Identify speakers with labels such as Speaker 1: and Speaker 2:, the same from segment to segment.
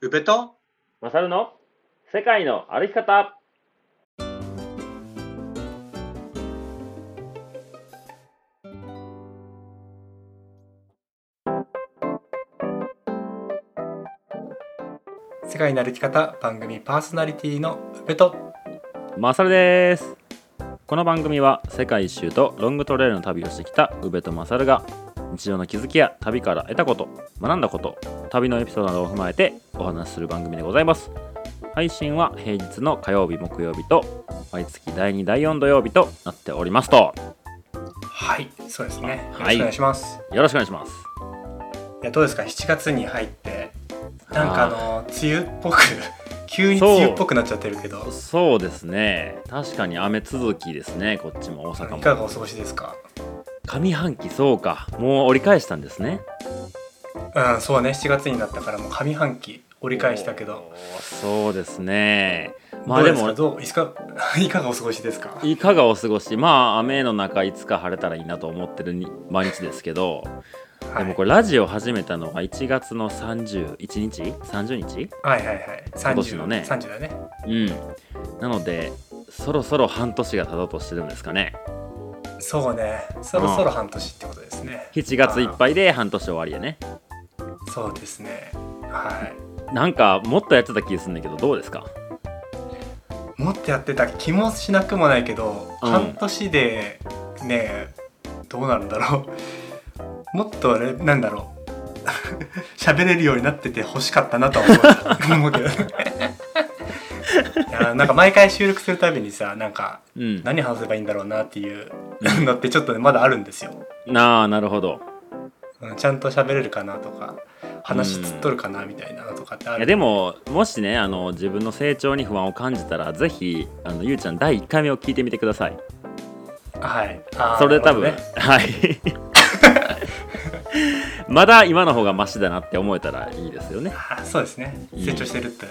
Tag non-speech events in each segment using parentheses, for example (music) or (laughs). Speaker 1: 宇部と
Speaker 2: マサルの世界の歩き方
Speaker 3: 世界の歩き方番組パーソナリティの宇部と
Speaker 2: マサルですこの番組は世界一周とロングトレイルの旅をしてきた宇部とマサルが日常の気づきや旅から得たこと学んだこと旅のエピソードなどを踏まえてお話しする番組でございます配信は平日の火曜日木曜日と毎月第2第4土曜日となっておりますと
Speaker 3: はいそうですねよろ
Speaker 2: はい
Speaker 3: しくお願いします、
Speaker 2: よろしくお願いします
Speaker 3: い、やどうですか7月に入ってなんかあの梅雨っぽく (laughs) 急に
Speaker 2: そう
Speaker 3: 梅雨っぽくなっちゃってるけど
Speaker 2: そうですね確かに雨続きですねこっちも大阪
Speaker 3: い
Speaker 2: も
Speaker 3: かがお過ごしですか
Speaker 2: 上半期そうかもう折り返したんですね
Speaker 3: うんそうね7月になったからもう上半期折り返したけど
Speaker 2: おーそうですね
Speaker 3: ま
Speaker 2: まあ
Speaker 3: あ
Speaker 2: で
Speaker 3: でも
Speaker 2: も
Speaker 3: どうですかどういか (laughs) いかがお過ごしですか
Speaker 2: いかがお過ごしまあ雨の中いつか晴れたらいいなと思ってるに毎日ですけど、
Speaker 3: はい
Speaker 2: でもこれラジオ始めたのが1月の31日30日
Speaker 3: はいはいはい
Speaker 2: 今年のね
Speaker 3: 30だね
Speaker 2: うんなのでそろそろ半年が経とうとしてるんですかね
Speaker 3: そうねそろそろ半年ってことですね
Speaker 2: 7月いっぱいで半年終わりやね
Speaker 3: そうですねはい
Speaker 2: なんかもっとやってた気がするんだけどどうですか
Speaker 3: もっとやってた気もしなくもないけど、
Speaker 2: うん
Speaker 3: 半年でねどうなるんだろう (laughs) もっとねなんだろう (laughs) 喋れるようになってて欲しかったなとは思う思うけどね
Speaker 2: (laughs)
Speaker 3: いやなんか毎回収録するたびにさなんか
Speaker 2: うん
Speaker 3: 何話せばいいんだろうなっていうのってちょっとねまだあるんですよ。
Speaker 2: なあなるほど
Speaker 3: うんちゃんと喋れるかなとか話つっとるかなみたいなのとかってあ
Speaker 2: い
Speaker 3: る
Speaker 2: やでももしねあの自分の成長に不安を感じたらぜひあのゆうちゃん第1回目を聞いてみてください
Speaker 3: はい、あー
Speaker 2: それで多分、
Speaker 3: なるほどね
Speaker 2: はい (laughs) まだ今の方がマシだなって思えたらいいですよね
Speaker 3: あーそうですね
Speaker 2: うん
Speaker 3: 成長してるって。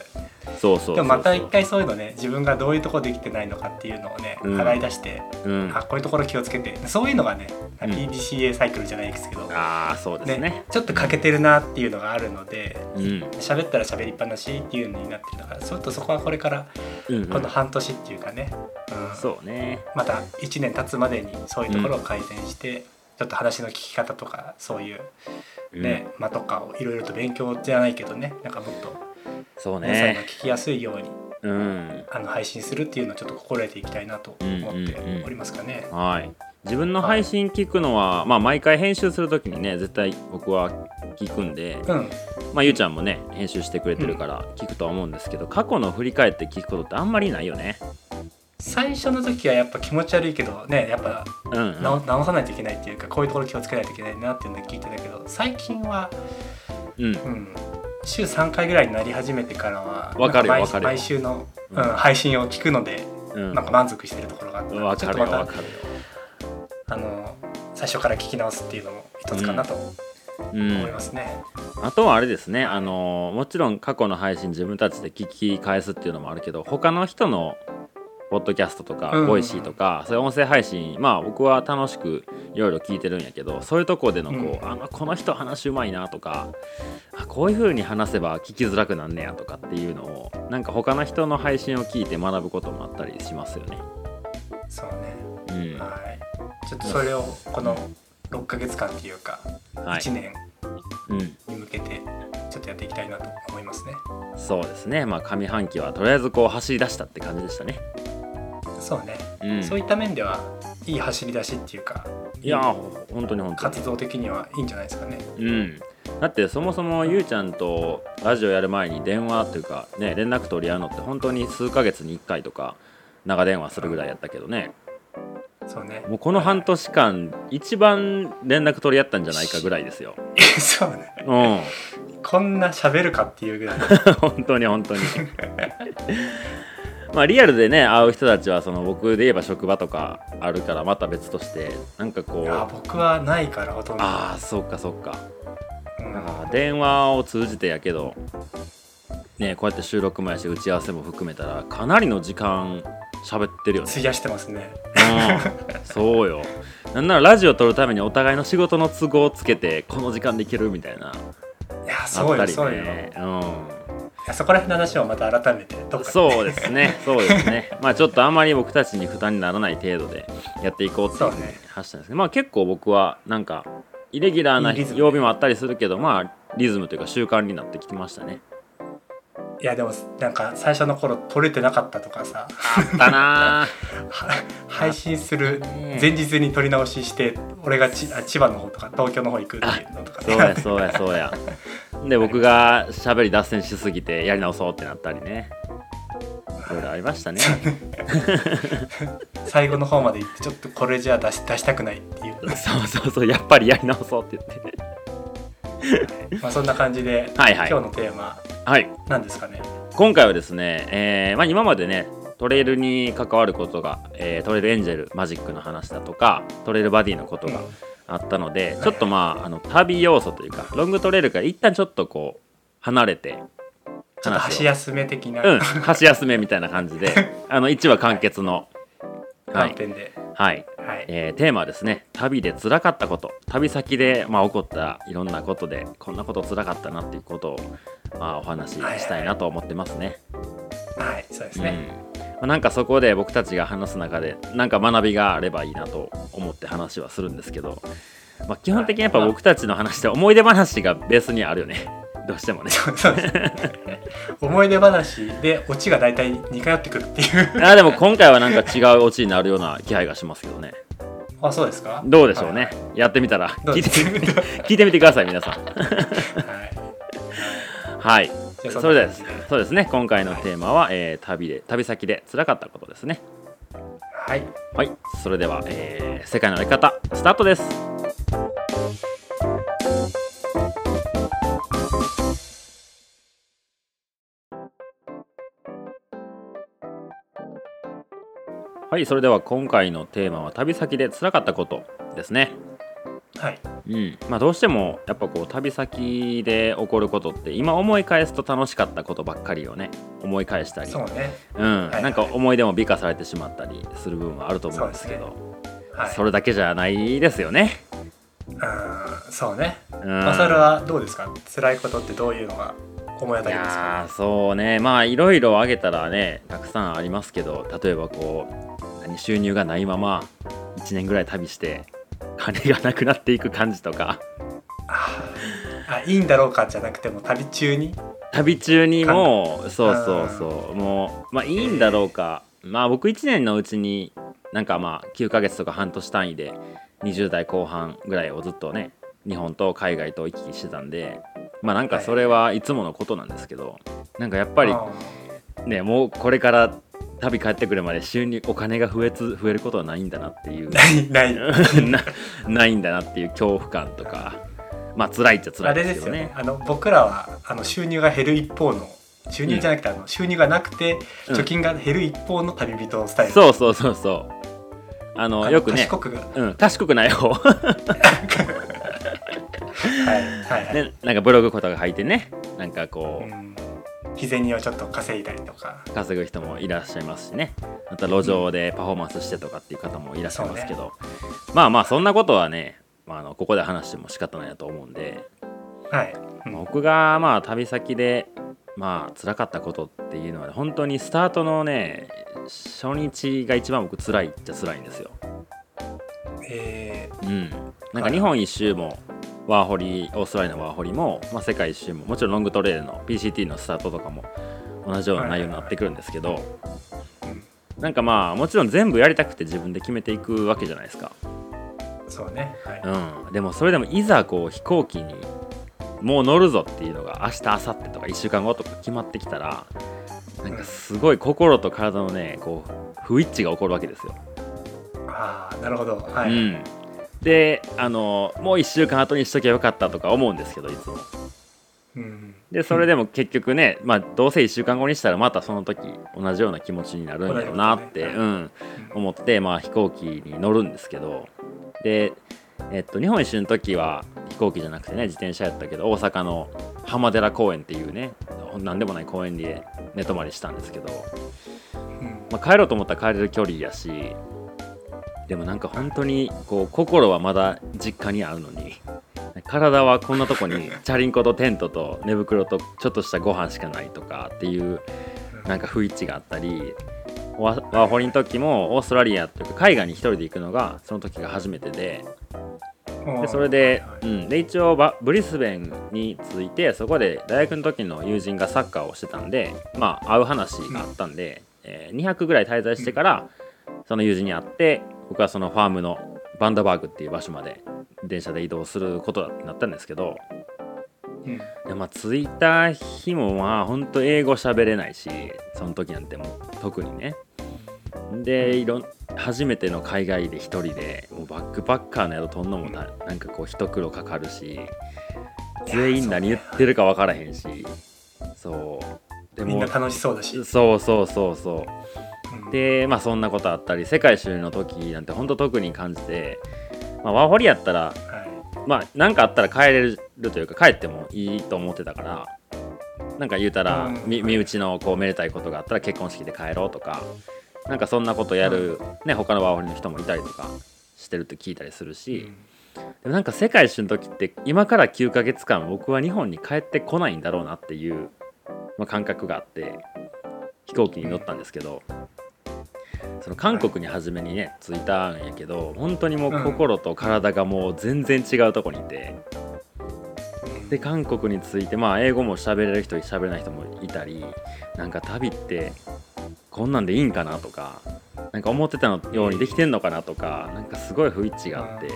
Speaker 2: そうそうそうそう
Speaker 3: でもまた一回そういうのね自分がどういうところできてないのかっていうのをね、
Speaker 2: うん
Speaker 3: 洗い出して、
Speaker 2: うん
Speaker 3: あこういうところ気をつけてそういうのがね
Speaker 2: うん
Speaker 3: PDCA サイクルじゃないですけど、
Speaker 2: ああそうですね
Speaker 3: ねちょっと欠けてるなっていうのがあるので
Speaker 2: うん
Speaker 3: 喋ったら喋りっぱなしっていうのになってるからちょっとそこはこれから
Speaker 2: うん、う
Speaker 3: この
Speaker 2: ん、
Speaker 3: 半年っていうかね、うん
Speaker 2: そうね
Speaker 3: また1年経つまでにそういうところを改善して、ちょっと話の聞き方とかそういう
Speaker 2: うん
Speaker 3: ね、間とかをいろいろと勉強じゃないけどねなんかもっと
Speaker 2: そう
Speaker 3: 皆さんが
Speaker 2: ね
Speaker 3: 聞きやすいように
Speaker 2: うん
Speaker 3: あの配信するっていうのをちょっと心得ていきたいなと思っておりますかね。
Speaker 2: はい自分の配信聞くのは、まあ毎回編集するときにね絶対僕は聞くんで、
Speaker 3: うん、
Speaker 2: まあ、ゆうちゃんもね編集してくれてるから聞くとは思うんですけど、過去の振り返って聞くことってあんまりないよね。
Speaker 3: 最初の時はやっぱ気持ち悪いけどねやっぱ
Speaker 2: うん、うん、
Speaker 3: 直直さないといけないっていうかこういうところ気をつけないといけないなっていうのを聞いてたけど最近は、
Speaker 2: うん
Speaker 3: うん、週3回ぐらいになり始めてからは
Speaker 2: わかるよ
Speaker 3: なん
Speaker 2: わかるよ
Speaker 3: 毎毎週の、うん
Speaker 2: うん
Speaker 3: 配信を聞くので、
Speaker 2: うん
Speaker 3: なんか満足してるところがあったの
Speaker 2: わ
Speaker 3: でちょ
Speaker 2: か
Speaker 3: っと
Speaker 2: るよ
Speaker 3: ま
Speaker 2: わ
Speaker 3: た
Speaker 2: かるよ。
Speaker 3: あの最初から聞き直すっていうのも一つかなと
Speaker 2: う
Speaker 3: 思い
Speaker 2: ん
Speaker 3: ま、すね。
Speaker 2: あとはあれですね、あのーもちろん過去の配信自分たちで聞き返すっていうのもあるけど他の人のポッドキャストとか、
Speaker 3: うん
Speaker 2: ボイシーとかそういう音声配信まあ僕は楽しくいろいろ聞いてるんやけどそういうとこでのこう、
Speaker 3: うん
Speaker 2: あのこの人話うまいなとかあこういう風に話せば聞きづらくなんねやとかっていうのをなんか他の人の配信を聞いて学ぶこともあったりしますよね。
Speaker 3: そうね
Speaker 2: うん
Speaker 3: はい、ちょっとそれをこの6ヶ月間っていうか
Speaker 2: はい
Speaker 3: 1年
Speaker 2: うん、
Speaker 3: に向けてちょっとやっていきたいなと思いますね。
Speaker 2: そうですねまあ上半期はとりあえずこう走り出したって感じでしたね。
Speaker 3: そうね、
Speaker 2: うん、
Speaker 3: そういった面ではいい走り出しっていうか
Speaker 2: いやー本当に本当に。
Speaker 3: 活動的にはいいんじゃないですかね。
Speaker 2: うん、だってそもそもゆうちゃんとラジオやる前に電話というか、ね、連絡取り合うのって本当に数ヶ月に1回とか長電話するぐらいやったけどね
Speaker 3: そうね。
Speaker 2: もうこの半年間一番連絡取り合ったんじゃないかぐらいですよ。
Speaker 3: (laughs) そうね。
Speaker 2: うん本
Speaker 3: こんな喋るかっていうぐらい。
Speaker 2: 当に本当に (laughs) まあリアルでね会う人たちはその僕で言えば職場とかあるからまた別としてなんかこ
Speaker 3: いうや
Speaker 2: あ
Speaker 3: 僕はないからほとんど。
Speaker 2: あーそうかそうか
Speaker 3: うん
Speaker 2: あー電話を通じてやけど、ね、こうやって収録前やし打ち合わせも含めたらかなりの時間喋ってるよね、
Speaker 3: 費やしてますね。
Speaker 2: うん、そうよなんならラジオ撮るためにお互いの仕事の都合をつけてこの時間でいけるみたいない
Speaker 3: や
Speaker 2: あ
Speaker 3: そ
Speaker 2: っ
Speaker 3: う
Speaker 2: た
Speaker 3: よ
Speaker 2: り
Speaker 3: そうよ。い
Speaker 2: ねうん
Speaker 3: やそこら辺の話をまた改めてどっかで
Speaker 2: そうですね、そうですね。まあちょっとあんまり僕たちに負担にならない程度でやっていこうっていう
Speaker 3: そうね
Speaker 2: 話なんですけど、まあ結構僕はなんかイレギュラーない
Speaker 3: いリズム
Speaker 2: 曜日もあったりするけど、まあリズムというか習慣になってきてましたね。
Speaker 3: いやでもなんか最初の頃取れてなかったとかさ (laughs)
Speaker 2: だな
Speaker 3: は配信する前日に撮り直しして俺がちあ千葉の方とか東京の方行くっていうのとか
Speaker 2: ー、そうやそうやそうや。で僕が喋り脱線しすぎてやり直そうってなったりね。いろいろありましたね。
Speaker 3: (laughs) 最後の方まで行ってちょっとこれじゃ出し出したくないっていう、
Speaker 2: そうそうそう、やっぱりやり直そうって言って。
Speaker 3: まあ、そんな感じで
Speaker 2: はいはい
Speaker 3: 今日のテーマ
Speaker 2: はい。
Speaker 3: 何ですかね
Speaker 2: 今回はですね、えーまあ、今までねトレイルに関わることが、えートレイルエンジェルマジックの話だとかトレイルバディのことがあったので、
Speaker 3: うん
Speaker 2: ちょっとまああの旅要素というかロングトレイルから一旦ちょっとこう離れて
Speaker 3: ちょっと箸
Speaker 2: を
Speaker 3: 休め的な (laughs)
Speaker 2: うん箸休めみたいな感じであの1話完結のは
Speaker 3: 観
Speaker 2: い、
Speaker 3: 点で、
Speaker 2: はい
Speaker 3: はい
Speaker 2: えーテーマはですね旅で辛かったこと旅先で、まあ、起こったいろんなことでこんなこと辛かったなっていうことを、まあ、お話ししたいなと思ってますね。
Speaker 3: はい、そうですね、
Speaker 2: うんまあなんかそこで僕たちが話す中でなんか学びがあればいいなと思って話はするんですけど、まあ、基本的にやっぱ僕たちの話って思い出話がベースにあるよね (laughs) どうしても
Speaker 3: (laughs)
Speaker 2: ね
Speaker 3: そうですね思い出話でオチが大体似通ってくるっていう (laughs)
Speaker 2: あでも今回はなんか違うオチになるような気配がしますけどね
Speaker 3: あそうですか
Speaker 2: どうでしょう
Speaker 3: はい
Speaker 2: ねやってみたら
Speaker 3: どう
Speaker 2: 聞い
Speaker 3: で
Speaker 2: て
Speaker 3: す
Speaker 2: 聞いてみてください皆さん
Speaker 3: はい
Speaker 2: はい
Speaker 3: じゃあ
Speaker 2: それでは
Speaker 3: そんな感じで
Speaker 2: そうですね今回のテーマは、えー旅で旅先で辛かったことですね
Speaker 3: はい
Speaker 2: はいそれでは、えー世界の歩き方スタートですはいそれでは今回のテーマは旅先で辛かったことですね
Speaker 3: はい
Speaker 2: うんまあ、どうしてもやっぱこう旅先で起こることって今思い返すと楽しかったことばっかりをね思い返したり
Speaker 3: そうね
Speaker 2: うん
Speaker 3: はい
Speaker 2: なんか思い出も美化されてしまったりする部分はあると思うんですけど
Speaker 3: そうはい
Speaker 2: それだけじゃないですよね。
Speaker 3: うんそうね
Speaker 2: うん
Speaker 3: マサルはどうですか辛いことってどういうのが思い当
Speaker 2: い
Speaker 3: たります
Speaker 2: や
Speaker 3: か
Speaker 2: ーそうねまあいろいろあげたらねたくさんありますけど例えばこう何収入がないまま1年ぐらい旅して金がなくなっていく感じとか
Speaker 3: あーあいいんだろうかじゃなくても旅中に
Speaker 2: 旅中にもそうそうそうもうまあいいんだろうかまあ僕1年のうちになんかまあ9ヶ月とか半年単位で20代後半ぐらいをずっとね日本と海外と行き来してたんでまあなんかそれはいつものことなんですけどなんかやっぱり
Speaker 3: あー
Speaker 2: ねもうこれから旅帰ってくるまで収入お金が増えつ増えることはないんだなって
Speaker 3: (laughs)
Speaker 2: いう (laughs)
Speaker 3: ないない
Speaker 2: な (laughs) ないんだなっていう恐怖感とかまあ辛いっちゃ辛
Speaker 3: あ
Speaker 2: い
Speaker 3: れ
Speaker 2: で
Speaker 3: ですす
Speaker 2: よ
Speaker 3: よね
Speaker 2: ね。
Speaker 3: あの僕らはあの収入が減る一方の収入じゃなくて、あの収入がなくて
Speaker 2: うん
Speaker 3: 貯金が減る一方の旅人スタイル、
Speaker 2: そうそうそうそうあの
Speaker 3: あの
Speaker 2: よくね
Speaker 3: 賢くが、は
Speaker 2: うん、賢くない方、 (laughs)
Speaker 3: いはいはい
Speaker 2: ね、なんかブログとか書いてねなんかこ
Speaker 3: うん、日銭をちょっと稼いだりとか
Speaker 2: う稼ぐ人もいらっしゃいますしねまた路上でパフォーマンスしてとかっていう方もいらっしゃいますけど、まあまあそんなことはね、まあ、あのここで話しても仕方ないなと思うんで
Speaker 3: はい、うん
Speaker 2: 僕がまあ旅先でまあ辛かったことっていうのはね本当にスタートのね初日が一番僕辛いっちゃ辛いんですよ。
Speaker 3: え
Speaker 2: うん、なん
Speaker 3: は
Speaker 2: か
Speaker 3: い
Speaker 2: 日本一周もワーホリオーストラリアのワーホリも、まあ、世界一周ももちろんロングトレイルの PCT のスタートとかも同じような内容になってくるんですけど、
Speaker 3: うん
Speaker 2: なんかまあもちろん全部やりたくて自分で決めていくわけじゃないですか、
Speaker 3: ーそうね、はい
Speaker 2: うん、でもそれでもいざこう飛行機にもう乗るぞっていうのが明日明後日とか1週間後とか決まってきたらなんかすごい心と体のねこう不一致が起こるわけですよ。
Speaker 3: ああなるほどは
Speaker 2: う
Speaker 3: い、
Speaker 2: ん、であのもう1週間後にしときゃよかったとか思うんですけどいつも
Speaker 3: うん
Speaker 2: でそれでも結局ね、まあ、どうせ1週間後にしたらまたその時同じような気持ちになるんだろうなって、
Speaker 3: 同じ
Speaker 2: う
Speaker 3: こ
Speaker 2: ん、
Speaker 3: うん
Speaker 2: 思って、まあ、飛行機に乗るんですけどで、えっと、日本一周の時は飛行機じゃなくてね自転車やったけど大阪の浜寺公園っていうね何でもない公園で寝泊まりしたんですけど、
Speaker 3: うん
Speaker 2: まあ、帰ろうと思ったら帰れる距離やしでもなんか本当にこう心はまだ実家にあるのに体はこんなとこにチャリンコとテントと寝袋とちょっとしたご飯しかないとかっていうなんか不一致があったりワワーホリの時もオーストラリアというか海外に一人で行くのがその時が初めてで
Speaker 3: うん
Speaker 2: でそれで,、
Speaker 3: は
Speaker 2: う
Speaker 3: い
Speaker 2: ん、で一応バブリスベンに着いてそこで大学の時の友人がサッカーをしてたんでまあ会う話があったんで、えー2泊ぐらい滞在してから、その友人に会って僕はそのファームのバンダバーグっていう場所まで電車で移動することになったんですけど
Speaker 3: うん
Speaker 2: いやまあ着いた日もまあほんと英語喋れないしその時なんてもう特にねでいろん初めての海外で一人でもうバックパッカーの宿とんのもななんかこう一苦労かかるし全員何言ってるか分からへんしそうで
Speaker 3: みんな楽しそうだし、
Speaker 2: そうそうそうそう
Speaker 3: うん
Speaker 2: でまあそんなことあったり世界一周の時なんてほんと特に感じて、まあ、ワーホリやったら
Speaker 3: は
Speaker 2: まあ何かあったら帰れるというか帰ってもいいと思ってたからなんか言うたら、
Speaker 3: うん
Speaker 2: み身内のこうめでたいことがあったら結婚式で帰ろうとかなんかそんなことやる、ね他のワーホリの人もいたりとかしてるって聞いたりする
Speaker 3: い
Speaker 2: し、でもなんか世界一周の時って今から9ヶ月間僕は日本に帰ってこないんだろうなっていう、まあ感覚があって飛行機に乗ったんですけど、その韓国に初めにね着いたんやけど本当にもう心と体がもう全然違うとこにいて、
Speaker 3: うん
Speaker 2: で韓国に着いてまあ英語も喋れる人喋れない人もいたりなんか旅ってこんなんでいいんかなとかなんか思ってたのようにできてんのかなとかなんかすごい不一致があって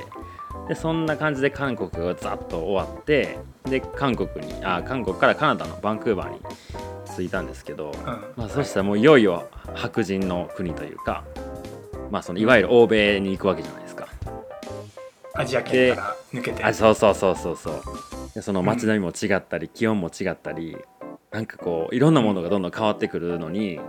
Speaker 2: でそんな感じで韓国がざっと終わってで韓国にあ韓国からカナダのバンクーバーに着いたんですけど、
Speaker 3: うん
Speaker 2: まあ、そしたらもういよいよ白人の国というか、まあ、そのいわゆる欧米に行くわけじゃないですか。
Speaker 3: アジア圏から抜けて
Speaker 2: あそうそうそうそうそうでその街並みも違ったり、気温も違ったりなんかこういろんなものがどんどん変わってくるのに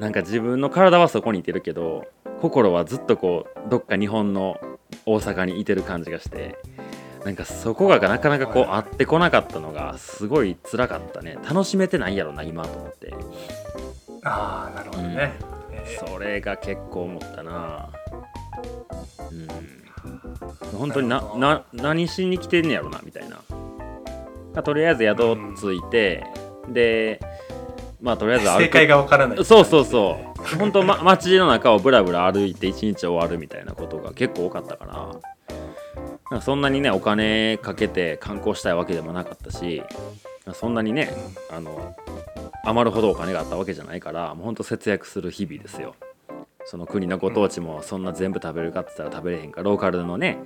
Speaker 2: なんか自分の体はそこにいてるけど心はずっとこうどっか日本の大阪にいてる感じがしてなんかそこがなかなかこう合ってこなかったのがすごい辛かったね楽しめてないやろな今と思って
Speaker 3: ああなるほどね、え
Speaker 2: それが結構思ったなうん本当にな
Speaker 3: なるほど
Speaker 2: な何しに来てんねやろなみたいな、まあとりあえず宿ついて、でまあとりあえず
Speaker 3: ー
Speaker 2: 歩
Speaker 3: 正解がわからない
Speaker 2: そうそうそう本当、ま、街の中をぶらぶら歩いて一日終わるみたいなことが結構多かったからなんかそんなにねお金かけて観光したいわけでもなかったしそんなにねあの余るほどお金があったわけじゃないからもうほんと節約する日々ですよその国のご当地もそんな全部食べるかって言ったら食べれへんからローカルのね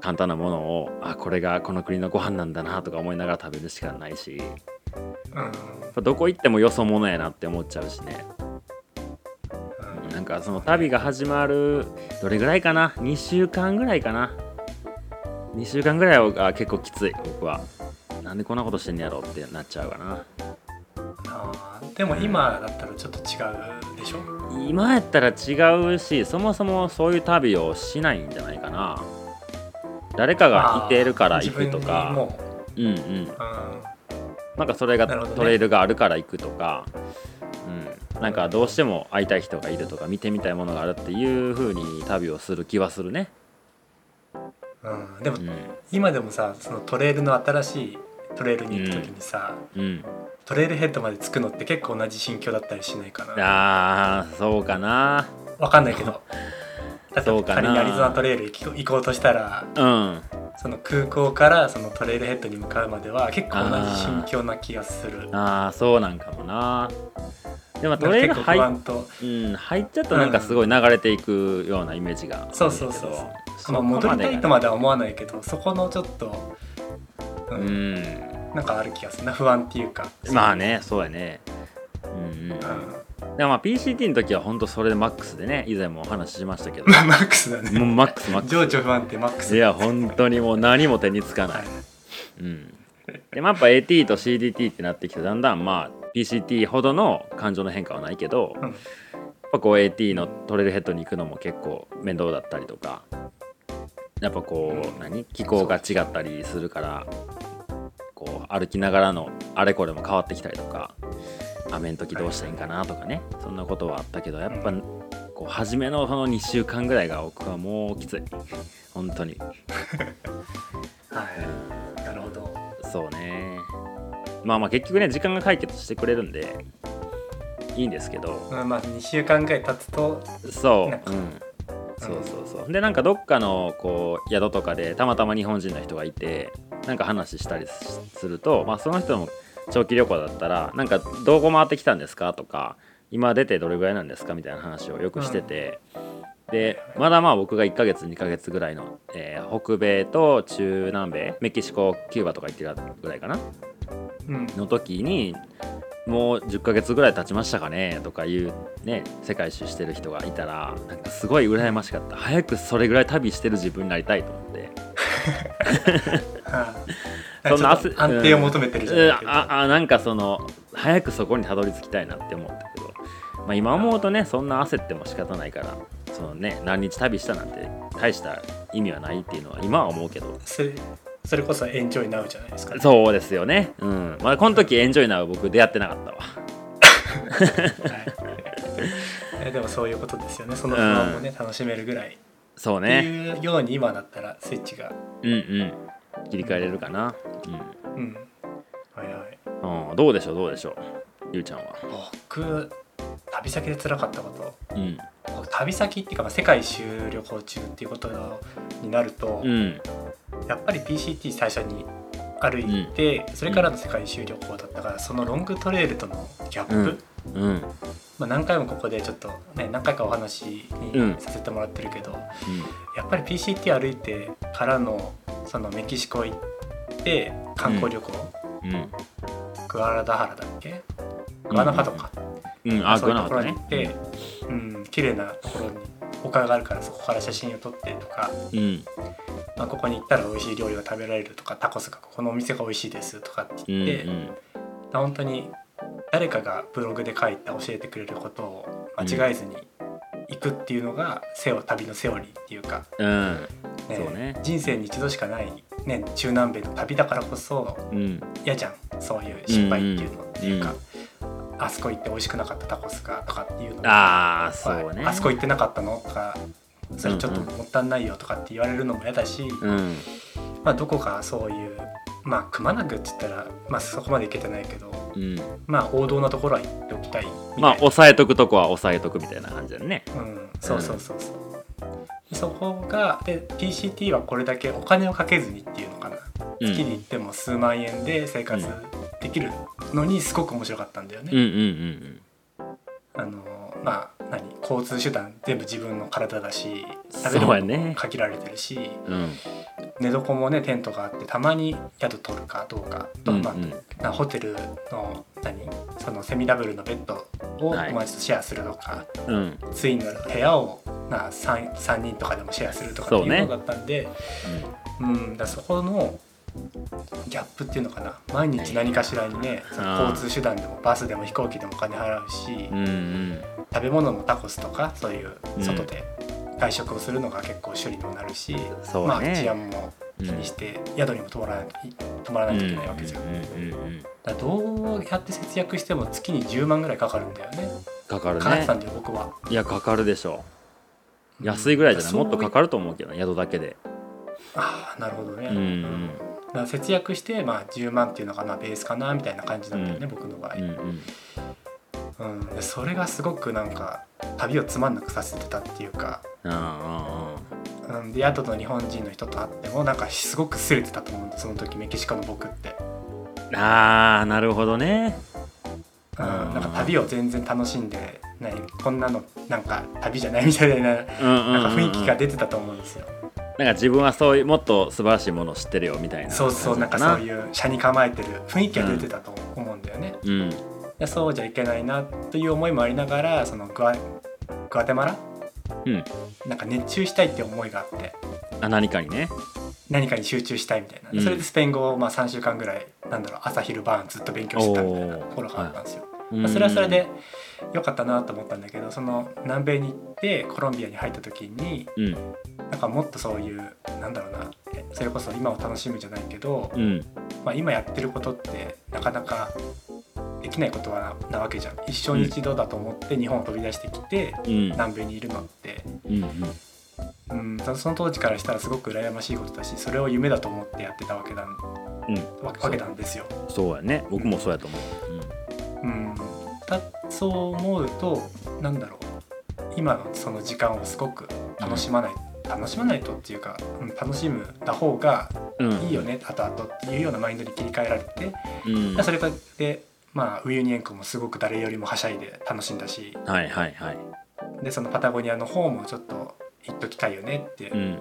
Speaker 2: 簡単なものをあこれがこの国のご飯なんだなとか思いながら食べるしかないしやっ
Speaker 3: うん、うん
Speaker 2: ぱどこ行ってもよそ者やなって思っちゃうしねなんかその旅が始まるどれぐらいかな2週間ぐらいかな2週間ぐらいが結構きつい僕はなんでこんなことしてんねやろってなっちゃうかな
Speaker 3: あーでも今だったらちょっと違うでしょ
Speaker 2: 今やったら違うしそもそもそういう旅をしないんじゃないかな誰かがいてるから行くと
Speaker 3: あー自分
Speaker 2: か
Speaker 3: にも
Speaker 2: うんうん
Speaker 3: う、うん、
Speaker 2: なんかそれが
Speaker 3: なるほどね
Speaker 2: トレイルがあるから行くとか、うん、なんかどうしても会いたい人がいるとか見てみたいものがあるっていう風に旅をする気はするね、
Speaker 3: うん、でも
Speaker 2: う
Speaker 3: 今でもさそのトレイルの新しいトレイルに行く時にさ、
Speaker 2: んうん、
Speaker 3: トレイルヘッドまで着くのって結構同じ心境だったりしないかな
Speaker 2: あーそうかな
Speaker 3: わかんないけどだっ
Speaker 2: そう
Speaker 3: て
Speaker 2: かな
Speaker 3: 仮にアリゾナトレイル行き行こうとしたら
Speaker 2: うん
Speaker 3: その空港からそのトレイルヘッドに向かうまでは結構同じ心境な気がする
Speaker 2: あーそうなんかもなでもトレイ
Speaker 3: 結構
Speaker 2: ル入
Speaker 3: 不
Speaker 2: っ
Speaker 3: 安と
Speaker 2: うん、入っちゃったなんかすごい流れていくようなイメージがあるんだけど、
Speaker 3: そうそうそう
Speaker 2: そ
Speaker 3: まあ
Speaker 2: こまで
Speaker 3: 戻
Speaker 2: が
Speaker 3: りたいとまでは思わないけどそこのちょっと、う
Speaker 2: うんん
Speaker 3: なんかある気がするな不安っていうか
Speaker 2: まあねそうやねうんうん、でも
Speaker 3: う
Speaker 2: まあ PCT の時は本当それでマックスでね以前もお話ししましたけど
Speaker 3: ん (laughs) マックスだね
Speaker 2: もうマック
Speaker 3: (laughs)
Speaker 2: スマック
Speaker 3: 情緒不安定マック
Speaker 2: ス
Speaker 3: ス
Speaker 2: いや本当にもう何も手につかな
Speaker 3: はい
Speaker 2: い、うん、でもやっぱ AT と CDT ってなってきてだんだんまあ PCT ほどの感情の変化はないけど、
Speaker 3: うん
Speaker 2: やっぱこう AT のトレイルヘッドに行くのも結構面倒だったりとかやっぱこう、
Speaker 3: うん
Speaker 2: 何気候が違ったりするからこう歩きながらのあれこれも変わってきたりとか雨の時どうしたらいいんかなとかねそんなことはあったけどやっぱ
Speaker 3: うん
Speaker 2: こう初めのその2週間ぐらいが僕はもうきつい本当に
Speaker 3: はいなる
Speaker 2: そうねまあまあ結局ね時間が解決してくれるんでいいんですけど
Speaker 3: まあまあ2週間ぐらい経つと
Speaker 2: そ
Speaker 3: なんか
Speaker 2: う、うん、そうそうそうでなんかどっかのこう宿とかでたまたま日本人の人がいてなんか話したりしすると、まあ、その人の長期旅行だったらなんかどこ回ってきたんですかとか今出てどれぐらいなんですかみたいな話をよくしてて、でまだまあ僕が1ヶ月2ヶ月ぐらいの、えー北米と中南米メキシコキューバとか行ってたぐらいかな
Speaker 3: うん
Speaker 2: の時にもう10ヶ月ぐらい経ちましたかねとかいうね世界一周してる人がいたらなんかすごい羨ましかった早くそれぐらい旅してる自分になりたいと思って
Speaker 3: はい
Speaker 2: そんな
Speaker 3: ちょ
Speaker 2: 焦
Speaker 3: っと安定を求めてるじゃ
Speaker 2: うん
Speaker 3: ないけど、
Speaker 2: ああなんかその早くそこにたどり着きたいなって思ったけど、まあ、今思うとねそんな焦っても仕方ないからそのね何日旅したなんて大した意味はないっていうのは今は思うけど
Speaker 3: それそれこそエンジョイナウじゃないですか、
Speaker 2: そうですよねうんまあこの時エンジョイなは僕出会ってなかったわ
Speaker 3: はい、えでもそういうことですよねその不安をね、楽しめるぐらい、
Speaker 2: そう
Speaker 3: って
Speaker 2: ね
Speaker 3: いうように今だったらスイッチが
Speaker 2: うんうん切り替えれるかなうん
Speaker 3: うんはいはい
Speaker 2: うん、どうでしょうどうでしょうゆうちゃんは。
Speaker 3: 僕旅先で辛かったこと
Speaker 2: うん。
Speaker 3: 僕旅先っていうかまあ世界一周旅行中っていうことになると、
Speaker 2: うん。
Speaker 3: やっぱり PCT 最初に歩いて、それからの世界一周旅行だったからそのロングトレイルとのギャップ、
Speaker 2: うんうん。
Speaker 3: まあ、何回もここでちょっと、ね、何回かお話に
Speaker 2: うん
Speaker 3: させてもらってるけど、やっぱり PCT 歩いてからのそのメキシコ行って観光旅行、
Speaker 2: うん。
Speaker 3: グアラダハラだっけグアナファとか、
Speaker 2: うん。あ、
Speaker 3: そう
Speaker 2: グ
Speaker 3: いう
Speaker 2: アナ
Speaker 3: とこ
Speaker 2: フ
Speaker 3: ろ
Speaker 2: ァね
Speaker 3: に行っ。て、うん、綺麗なところに丘があるからそこから写真を撮ってとか、
Speaker 2: うん。
Speaker 3: まあ、ここに行ったら美味しい料理が食べられるとかタコスがここのお店が美味しいですとかって
Speaker 2: う
Speaker 3: 言
Speaker 2: ん。
Speaker 3: って、
Speaker 2: うん。
Speaker 3: 本当に誰かがブログで書いた教えてくれることを間違えずに行くっていうのがセオ旅のセオリーっていうか、
Speaker 2: うん。
Speaker 3: ね
Speaker 2: そうね
Speaker 3: 人生に一度しかない、ね、中南米の旅だからこそ
Speaker 2: うん。
Speaker 3: 嫌じゃんそういう失敗っていうのっていうか
Speaker 2: うん、
Speaker 3: あそこ行って美味しくなかったタコスがとかっていうの
Speaker 2: ああ、そうね。
Speaker 3: あそこ行ってなかったのとかそれちょっともったいないよとかって言われるのも嫌だし、
Speaker 2: うん。
Speaker 3: まあ、どこかそういうまあくまなくって言ったら、まあ、そこまで行けてないけど
Speaker 2: うん。
Speaker 3: まあ王道なところは行っておきたいみたいな、
Speaker 2: まあ、押さえとくとこは押さえとくみたいな感じだね。
Speaker 3: うん、そうそうそうそう、そこがで PCT はこれだけお金をかけずにっていうのかな、
Speaker 2: うん。
Speaker 3: 月に行っても数万円で生活できるのにすごく面白かったんだよね、
Speaker 2: うんうんうん
Speaker 3: あのまあ何交通手段全部自分の体だし食べる
Speaker 2: そう
Speaker 3: も
Speaker 2: や
Speaker 3: のも
Speaker 2: ね
Speaker 3: 限られてるし、
Speaker 2: うん。うん。
Speaker 3: 寝床もねテントがあってたまに宿取るかどうかと、
Speaker 2: うんうん
Speaker 3: まあ、なホテルの何そのセミダブルのベッドを
Speaker 2: はい
Speaker 3: 友達とシェアするとか、
Speaker 2: うん。
Speaker 3: ツインの部屋をな 3, 3人とかでもシェアするとかっ
Speaker 2: そう
Speaker 3: て
Speaker 2: ね
Speaker 3: いうのだったんでう、ん、だからそこのギャップっていうのかな毎日何かしらにねその
Speaker 2: あー
Speaker 3: 交通手段でもバスでも飛行機でもお金払うし、
Speaker 2: うん。うん。
Speaker 3: 食べ物もタコスとかそういう
Speaker 2: うん
Speaker 3: 外で外食をするのが結構主にもなるし、
Speaker 2: そう
Speaker 3: まあ
Speaker 2: ね
Speaker 3: 治安も気にして、宿にも泊まらない泊まらないといけないわけじゃん、
Speaker 2: うんうんうん。
Speaker 3: だからどうやって節約しても月に10万ぐらいかかるんだよね
Speaker 2: かかる
Speaker 3: かかってた
Speaker 2: ね。
Speaker 3: んだよ僕はい
Speaker 2: や、かかるでしょう。安いぐらいじゃないもっとかか
Speaker 3: る
Speaker 2: ると思うけどね、宿だけで。
Speaker 3: ああなるほどね、
Speaker 2: うん
Speaker 3: うんだから節約して、まあ、10万っていうのがまあベースかなみたいな感じなんだよね、
Speaker 2: うん
Speaker 3: 僕の場合
Speaker 2: うん。うん。
Speaker 3: うんでそれがすごくなんか旅をつまんなくさせてたっていうか、
Speaker 2: うんうんうん。
Speaker 3: うん、で宿の日本人の人と会ってもなんかすごくすれてたと思うんでその時メキシコの僕って、
Speaker 2: あーなるほどね
Speaker 3: うん、
Speaker 2: あー
Speaker 3: なんか旅を全然楽しんでないこんなのなんか旅じゃないみたいな
Speaker 2: うんうん
Speaker 3: なん
Speaker 2: うん
Speaker 3: か
Speaker 2: うん
Speaker 3: 雰囲気が出てたと思うんですよ、
Speaker 2: なんか自分はそういうもっと素晴らしいものを知ってるよみたいな
Speaker 3: そうそうなんかそういう車に構えてる雰囲気が出てたと思うんだよね、
Speaker 2: ううん
Speaker 3: でそうじゃいけないなという思いもありながらそのグアグアテマラ
Speaker 2: うん
Speaker 3: なんか熱中したいって思いがあって
Speaker 2: あ何かにね
Speaker 3: 何かに集中したいみたいな、
Speaker 2: うん
Speaker 3: それでスペイン語をまあ3週間ぐらいなんだろう朝昼晩ずっと勉強してたみたいなところがあったんですよ、まあ、それはそれで良かったなと思ったんだけどその南米に行ってコロンビアに入った時に
Speaker 2: うん
Speaker 3: なんかもっとそういうなんだろうなえそれこそ今を楽しむじゃないけど、
Speaker 2: うん
Speaker 3: まあ、今やってることってなかなかできないことはなわけじゃん一生に一度だと思って日本を飛び出してきて
Speaker 2: うん
Speaker 3: 南米にいるのって、
Speaker 2: うん
Speaker 3: うん、その当時からしたらすごく羨ましいことだしそれを夢だと思ってやってたわけなん
Speaker 2: うん
Speaker 3: わ分けたんですよ。
Speaker 2: そうやね僕もそうやと思
Speaker 3: う
Speaker 2: う、
Speaker 3: ん、だそう思うとなんだろう今のその時間をすごく楽しまない、楽しまないとっていうか、うん、楽しむた方が
Speaker 2: うんうん、
Speaker 3: いいよね、後々っていうようなマインドに切り替えられて、
Speaker 2: うん、
Speaker 3: それでまあウユニ塩湖もすごく誰よりもはしゃいで楽しんだし
Speaker 2: はいはいはい
Speaker 3: でそのパタゴニアの方もちょっと行っときたいよねって、
Speaker 2: うん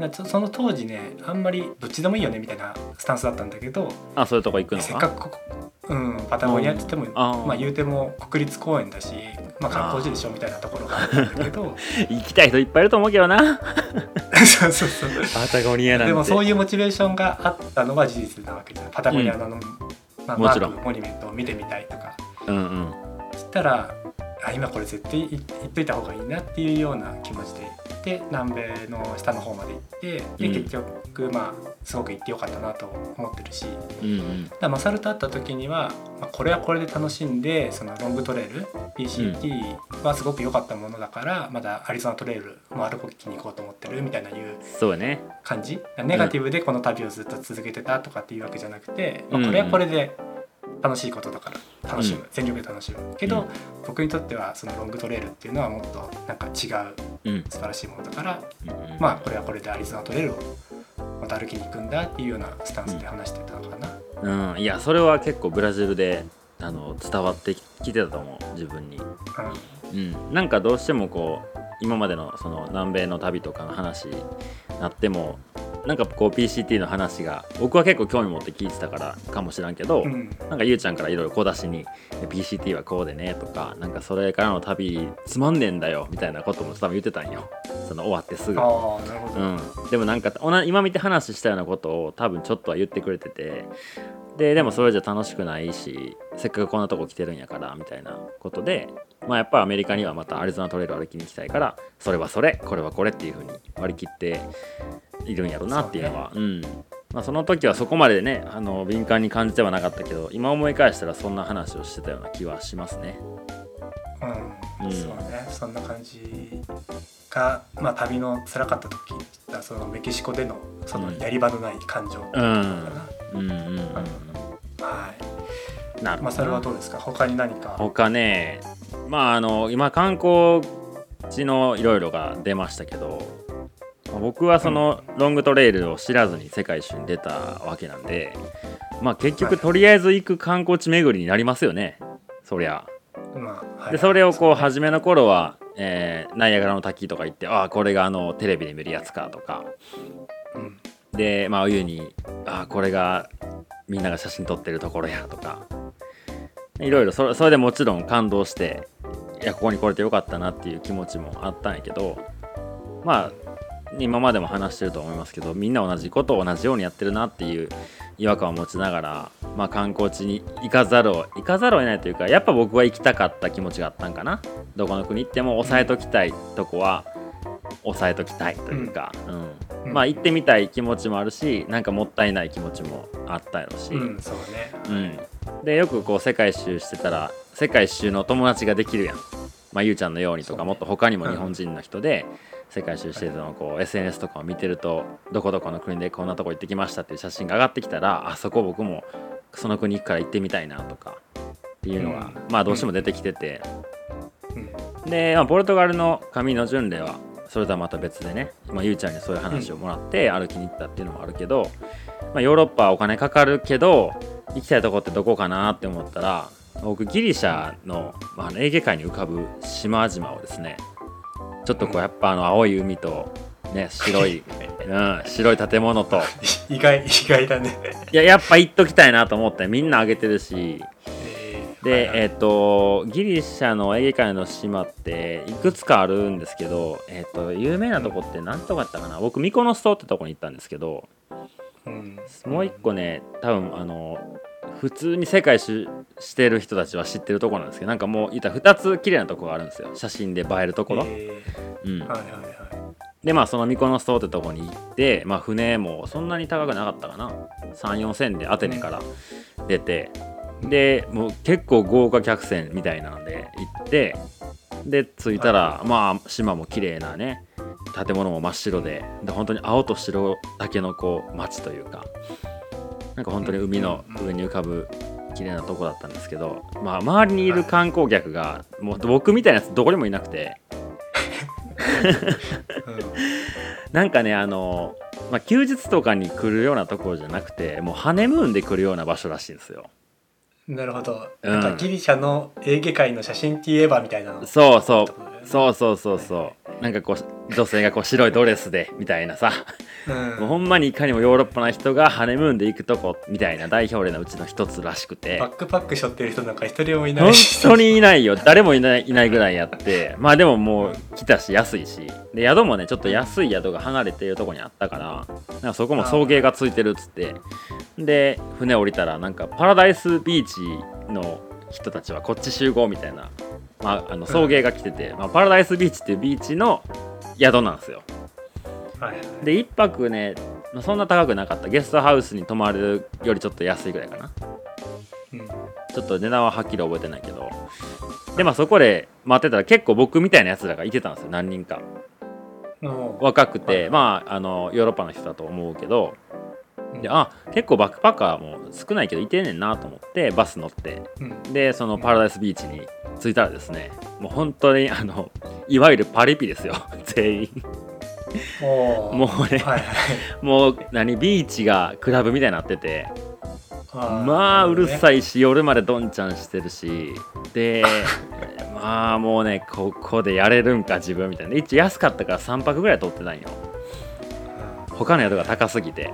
Speaker 3: なそその当時ねあんまりどっちでもいいよねみたいなスタンスだったんだけど
Speaker 2: あそういうとこ行くの
Speaker 3: せっか
Speaker 2: か
Speaker 3: くここ、うん、パタゴニアって言っても、
Speaker 2: あー
Speaker 3: まあ、言うても国立公園だし、まあ、観光地でしょみたいなところがあったんだけど
Speaker 2: 行きたい人いっぱいいると思うけどな
Speaker 3: (laughs) そうそうそう
Speaker 2: パタゴニアなん
Speaker 3: で
Speaker 2: て
Speaker 3: もそう
Speaker 2: いう
Speaker 3: いうモチベーションがあったのは事実なわけじゃんパタゴニアの、まあ、
Speaker 2: も
Speaker 3: マ
Speaker 2: ちろ
Speaker 3: ー
Speaker 2: ん
Speaker 3: クモニュメントを見てみたいとか
Speaker 2: うんうん
Speaker 3: そしたらあ今これ絶対行っといた方がいいなっていうような気持ちで行って南米の下の方まで行ってで
Speaker 2: うん
Speaker 3: 結局まあすごく行ってよかったなと思ってるしだか
Speaker 2: うんうん
Speaker 3: らマサルと会った時には、まあ、これはこれで楽しんでそのロングトレイル PCT はすごく良かったものだから、まだアリゾナトレイルも歩きに行こうと思ってるみたいないう
Speaker 2: そうやね
Speaker 3: 感じネガティブでこの旅をずっと続けてたとかっていうわけじゃなくて、まあ
Speaker 2: うん
Speaker 3: これはこれで楽しいことだから楽しむ、全力で楽しむけど、
Speaker 2: うん
Speaker 3: 僕にとってはそのロングトレイルっていうのはもっとなんか違う
Speaker 2: うん
Speaker 3: 素晴らしいものだから、
Speaker 2: うんうん
Speaker 3: まあこれはこれでアリゾナトレイルをまた歩きに行くんだっていうようなスタンスで話してたのかな。
Speaker 2: うん、いやそれは結構ブラジルであの伝わってきてたと思う自分に、うん、なんかどうしてもこう今までのその南米の旅とかの話になってもなんかこう PCT の話が僕は結構興味持って聞いてたからかもしらんけど、
Speaker 3: うんうん
Speaker 2: なんかゆうちゃんからいろいろ小出しに「PCT はこうでね」とか「なんかそれからの旅つまんねえんだよ」みたいなことも多分言ってたんよその終わってすぐ。
Speaker 3: ああなるほど、
Speaker 2: うん、でもなんか同じ今見て話したようなことを多分ちょっとは言ってくれててででもそれじゃ楽しくないしせっかくこんなとこ来てるんやからみたいなことで、まあ、やっぱアメリカにはまたアリゾナトレイルを歩きに行きたいからそれはそれこれはこれっていう風に割り切っているんやろなっていうのはう、んまあ、その時はそこまでねあの敏感に感じてはなかったけど今思い返したらそんな話をしてたような気はしますね。
Speaker 3: うん
Speaker 2: うん
Speaker 3: そうねそんな感じが、まあ、旅の辛かった時そのメキシコでのそのやり場のない感情
Speaker 2: う
Speaker 3: か
Speaker 2: ん
Speaker 3: な。
Speaker 2: うんうんうん
Speaker 3: はい
Speaker 2: なるほどな
Speaker 3: まあ、それはどうですか他に何か
Speaker 2: 他ねまああの今観光地のいろいろが出ましたけどまあ僕はそのロングトレイルを知らずに世界一周に出たわけなんでまあ結局
Speaker 3: はい
Speaker 2: とりあえず行く観光地巡りになりますよねそりゃ。
Speaker 3: まあはい
Speaker 2: でそれをこう初めの頃は、えーナイアガラの滝とか行ってああこれがあのテレビで見るやつかとか
Speaker 3: うん
Speaker 2: でまあお湯にあーこれがみんなが写真撮ってるところやとかいろいろそれそれでもちろん感動していやここに来れてよかったなっていう気持ちもあったんやけどまあ今までも話してると思いますけどみんな同じことを同じようにやってるなっていう違和感を持ちながら、まあ、観光地に行かざるを行かざるを得ないというかやっぱ僕は行きたかった気持ちがあったんかなどこの国行っても抑えときたいとこは抑えときたいというか、うん
Speaker 3: うん
Speaker 2: まあ行ってみたい気持ちもあるしなんかもったいない気持ちもあったやろし、
Speaker 3: うんそうね
Speaker 2: うんでよくこう世界一周してたら世界一周の友達ができるやん、まあ、ゆうちゃんのようにと
Speaker 3: そ
Speaker 2: か
Speaker 3: うね
Speaker 2: もっと他にも日本人の人で世界一周してるのをこう SNS とかを見てるとどこどこの国でこんなとこ行ってきましたっていう写真が上がってきたらあそこ僕もその国行くから行ってみたいなとかっていうのが、
Speaker 3: うん
Speaker 2: まあどうしても出てきてて、
Speaker 3: うん
Speaker 2: で、まあ、ポルトガルの紙の巡礼はそれとはまた別でね、まあ、ゆうちゃんにそういう話をもらって歩きに行ったっていうのもあるけど、まあ、ヨーロッパはお金かかるけど行きたいとこってどこかなって思ったら僕ギリシャの,、まあ、あのエーゲ海に浮かぶ島々をですねちょっとこうやっぱあの青い海と、ね、白い、うん、白い建物と
Speaker 3: (laughs) 意外意外だね
Speaker 2: いややっぱ行っときたいなと思ってみんなあげてるし
Speaker 3: えー
Speaker 2: (laughs) で、
Speaker 3: はいはい
Speaker 2: えっ、とギリシャのエーゲ海の島っていくつかあるんですけど、えっと有名なとこって何とかあったかな僕ミコノス島ってとこに行ったんですけど
Speaker 3: うん
Speaker 2: もう一個ね多分あの普通に世界一周してる人たちは知ってるとこなんですけどなんかもう言ったら2つ綺麗なとこがあるんですよ写真で映えるところ、
Speaker 3: え
Speaker 2: うん
Speaker 3: ー、はいはいは
Speaker 2: でまあそのミコノス島ってとこに行って、まあ、船もそんなに高くなかったかな34000でアテネから出て、でもう結構豪華客船みたいなので行ってで着いたら、まあ島も綺麗なね建物も真っ白でで本当に青と白だけのこう街というかなんか本当に海の上に浮かぶ綺麗なとこだったんですけど、まあ、周りにいる観光客がもう僕みたいなやつどこにもいなくて (laughs) なんかねあの、まあ、休日とかに来るようなところじゃなくてもうハネムーンで来るような場所らしいんですよ。
Speaker 3: うん、なるほど、
Speaker 2: うん
Speaker 3: なんかギリシャのエーゲ海の写真って言えばみたいなの
Speaker 2: そうそう
Speaker 3: う
Speaker 2: そうそうそうそうなんかこう女性がこう白いドレスでみたい (laughs) なさ
Speaker 3: う、うん、
Speaker 2: もうほんまにいかにもヨーロッパな人がハネムーンで行くとこみたいな代表例のうちの一つらしくて
Speaker 3: バックパック背負ってる人なんか一人もいな
Speaker 2: 本
Speaker 3: いし
Speaker 2: 当にいないよ誰もいないいないぐらいやってまあでももう来たし安いしで宿もねちょっと安い宿が離れているとこにあったからなんかそこも送迎がついてるっつってで船降りたらなんかパラダイスビーチの人たちはこっち集合みたいな、まあ、あの送迎が来てて、まあ、パラダイスビーチっていうビーチの宿なんですよ
Speaker 3: はい
Speaker 2: で1泊ねまあそんな高くなかったゲストハウスに泊まるよりちょっと安いぐらいかな
Speaker 3: うん
Speaker 2: ちょっと値段ははっきり覚えてないけどでまあそこで待ってたら結構僕みたいなやつらがいてたんですよ何人か
Speaker 3: も
Speaker 2: 若く
Speaker 3: はい
Speaker 2: てまああのヨーロッパの人だと思うけど
Speaker 3: うん
Speaker 2: であ結構バックパッカーも少ないけどいてんねんなと思ってバス乗って
Speaker 3: う、うん、
Speaker 2: でそのパラダイスビーチに着いたらですねもう本当にあのいわゆるパリピですよ (laughs) 全員
Speaker 3: もう
Speaker 2: もうね
Speaker 3: はいはい
Speaker 2: もう何ビーチがクラブみたいになってて
Speaker 3: あ
Speaker 2: (laughs) まあうる
Speaker 3: い
Speaker 2: さいし夜までどんちゃんしてるしでまあもうねここでやれるんか自分みたいな一応安かったから3泊ぐらい取ってないよ他の宿が高すぎて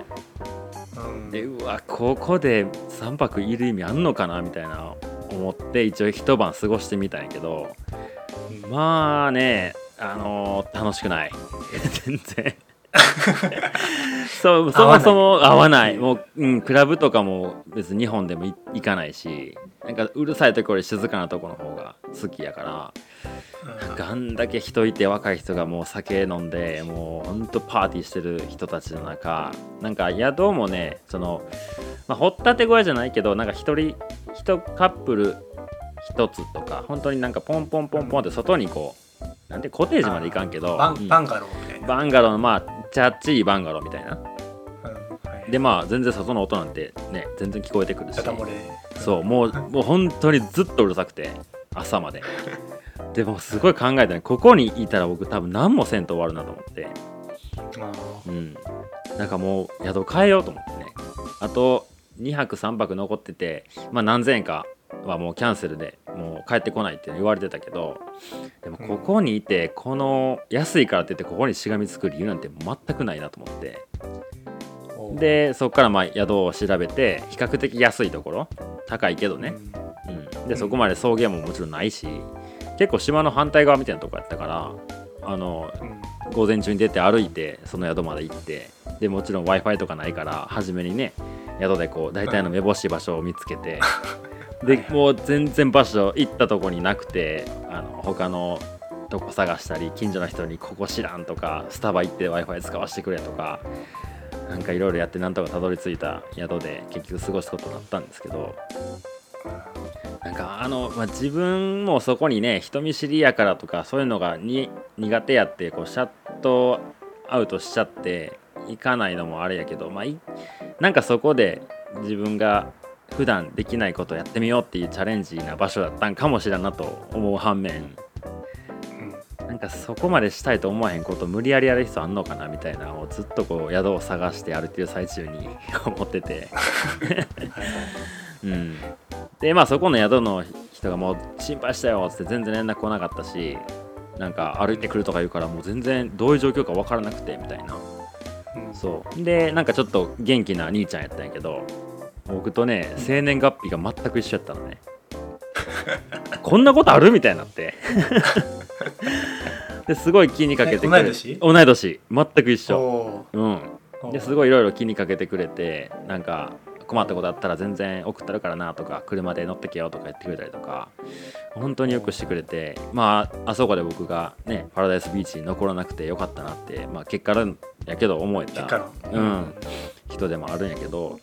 Speaker 3: うん
Speaker 2: でうわここで3泊いる意味あんのかなみたいな思って一応一晩過ごしてみたんやけど
Speaker 3: うん
Speaker 2: まあねあのー楽しくない (laughs) 全然 (laughs) そうそもそも合
Speaker 3: 合
Speaker 2: わ
Speaker 3: わ
Speaker 2: な
Speaker 3: ないい
Speaker 2: もう、うん、クラブとかも別に日本でもい行かないしなんかうるさいところより静かなところの方が好きやからなんかあんだけ人いて若い人がもう酒飲んでもうほんとパーティーしてる人たちの中なんか宿もねその、まあ、掘ったて小屋じゃないけどなんか一人一カップル一つとか本当になんかポンポンポンポンって外にこうなんてコテージまで行かんけど
Speaker 3: バ
Speaker 2: うん
Speaker 3: ンバンガローみたいな、
Speaker 2: バンガローのまあチャッチーバンガローみたいな
Speaker 3: うんはい、
Speaker 2: でまあ全然外の音なんてね全然聞こえてくるし
Speaker 3: ダダ漏れ
Speaker 2: そうもうもう本当にずっとうるさくて朝まででもすごい考えたねここにいたら僕多分何もせんと終わるなと思って
Speaker 3: うんあ
Speaker 2: うんなんかもう宿変えようと思ってねあと2泊3泊残っててまあ何千円かはもうキャンセルでもう帰ってこないって言われてたけどでもここにいてこの安いからって言ってここにしがみつく理由なんて全くないなと思って
Speaker 3: ーおう
Speaker 2: でそこからまあ宿を調べて比較的安いところ高いけど
Speaker 3: う
Speaker 2: ね、
Speaker 3: ん
Speaker 2: うん、
Speaker 3: う
Speaker 2: で
Speaker 3: ん
Speaker 2: そこまで草原ももちろんないし結構島の反対側みたいなとこやったからあの
Speaker 3: うん
Speaker 2: 午前中に出て歩いてその宿まで行ってでもちろん w i f i とかないから初めにね宿でこう大体のめぼしい場所を見つけてでもう全然場所行ったとこになくてあの他のとこ探したり近所の人に「ここ知らん」とか「スタバ行って w i f i 使わせてくれ」とかなんかいろいろやってなんとかたどり着いた宿で結局過ごすことになったんですけどなんかあの、まあ、自分もそこにね人見知りやからとかそういうのがに苦手やってこうシャットアウトしちゃっていかないのもあれやけど、まあ、いなんかそこで自分が普段できないことをやってみようっていうチャレンジな場所だったんかもしれんなと思う反面なんかそこまでしたいと思わへんこと無理やりやる必要あんのかなみたいなのをずっとこう宿を探して歩いてる最中に思ってて。 (laughs)
Speaker 3: うんはい
Speaker 2: うん、でまあそこの宿の人がもう心配したよっつって全然連絡来なかったしなんか歩いてくるとか言うからもう全然どういう状況か分からなくてみたいな
Speaker 3: うん
Speaker 2: そうでなんかちょっと元気な兄ちゃんやったんやけど僕とね生年月日が全く一緒やった
Speaker 3: (laughs)
Speaker 2: のねこんなことあるみたいになってですごい気にかけてく
Speaker 3: え
Speaker 2: れ
Speaker 3: 同い年
Speaker 2: 同い年全く一緒
Speaker 3: お
Speaker 2: うん
Speaker 3: う
Speaker 2: ですごいいろいろ気にかけてくれてなんか困ったことあったら全然送ってるからなとか車で乗ってけよとか言ってくれたりとか本当によくしてくれてまああそこで僕がねパラダイスビーチに残らなくてよかったなって、まあ、結果論やけど思え
Speaker 3: 結果
Speaker 2: た
Speaker 3: 論
Speaker 2: うん人でもあるんやけど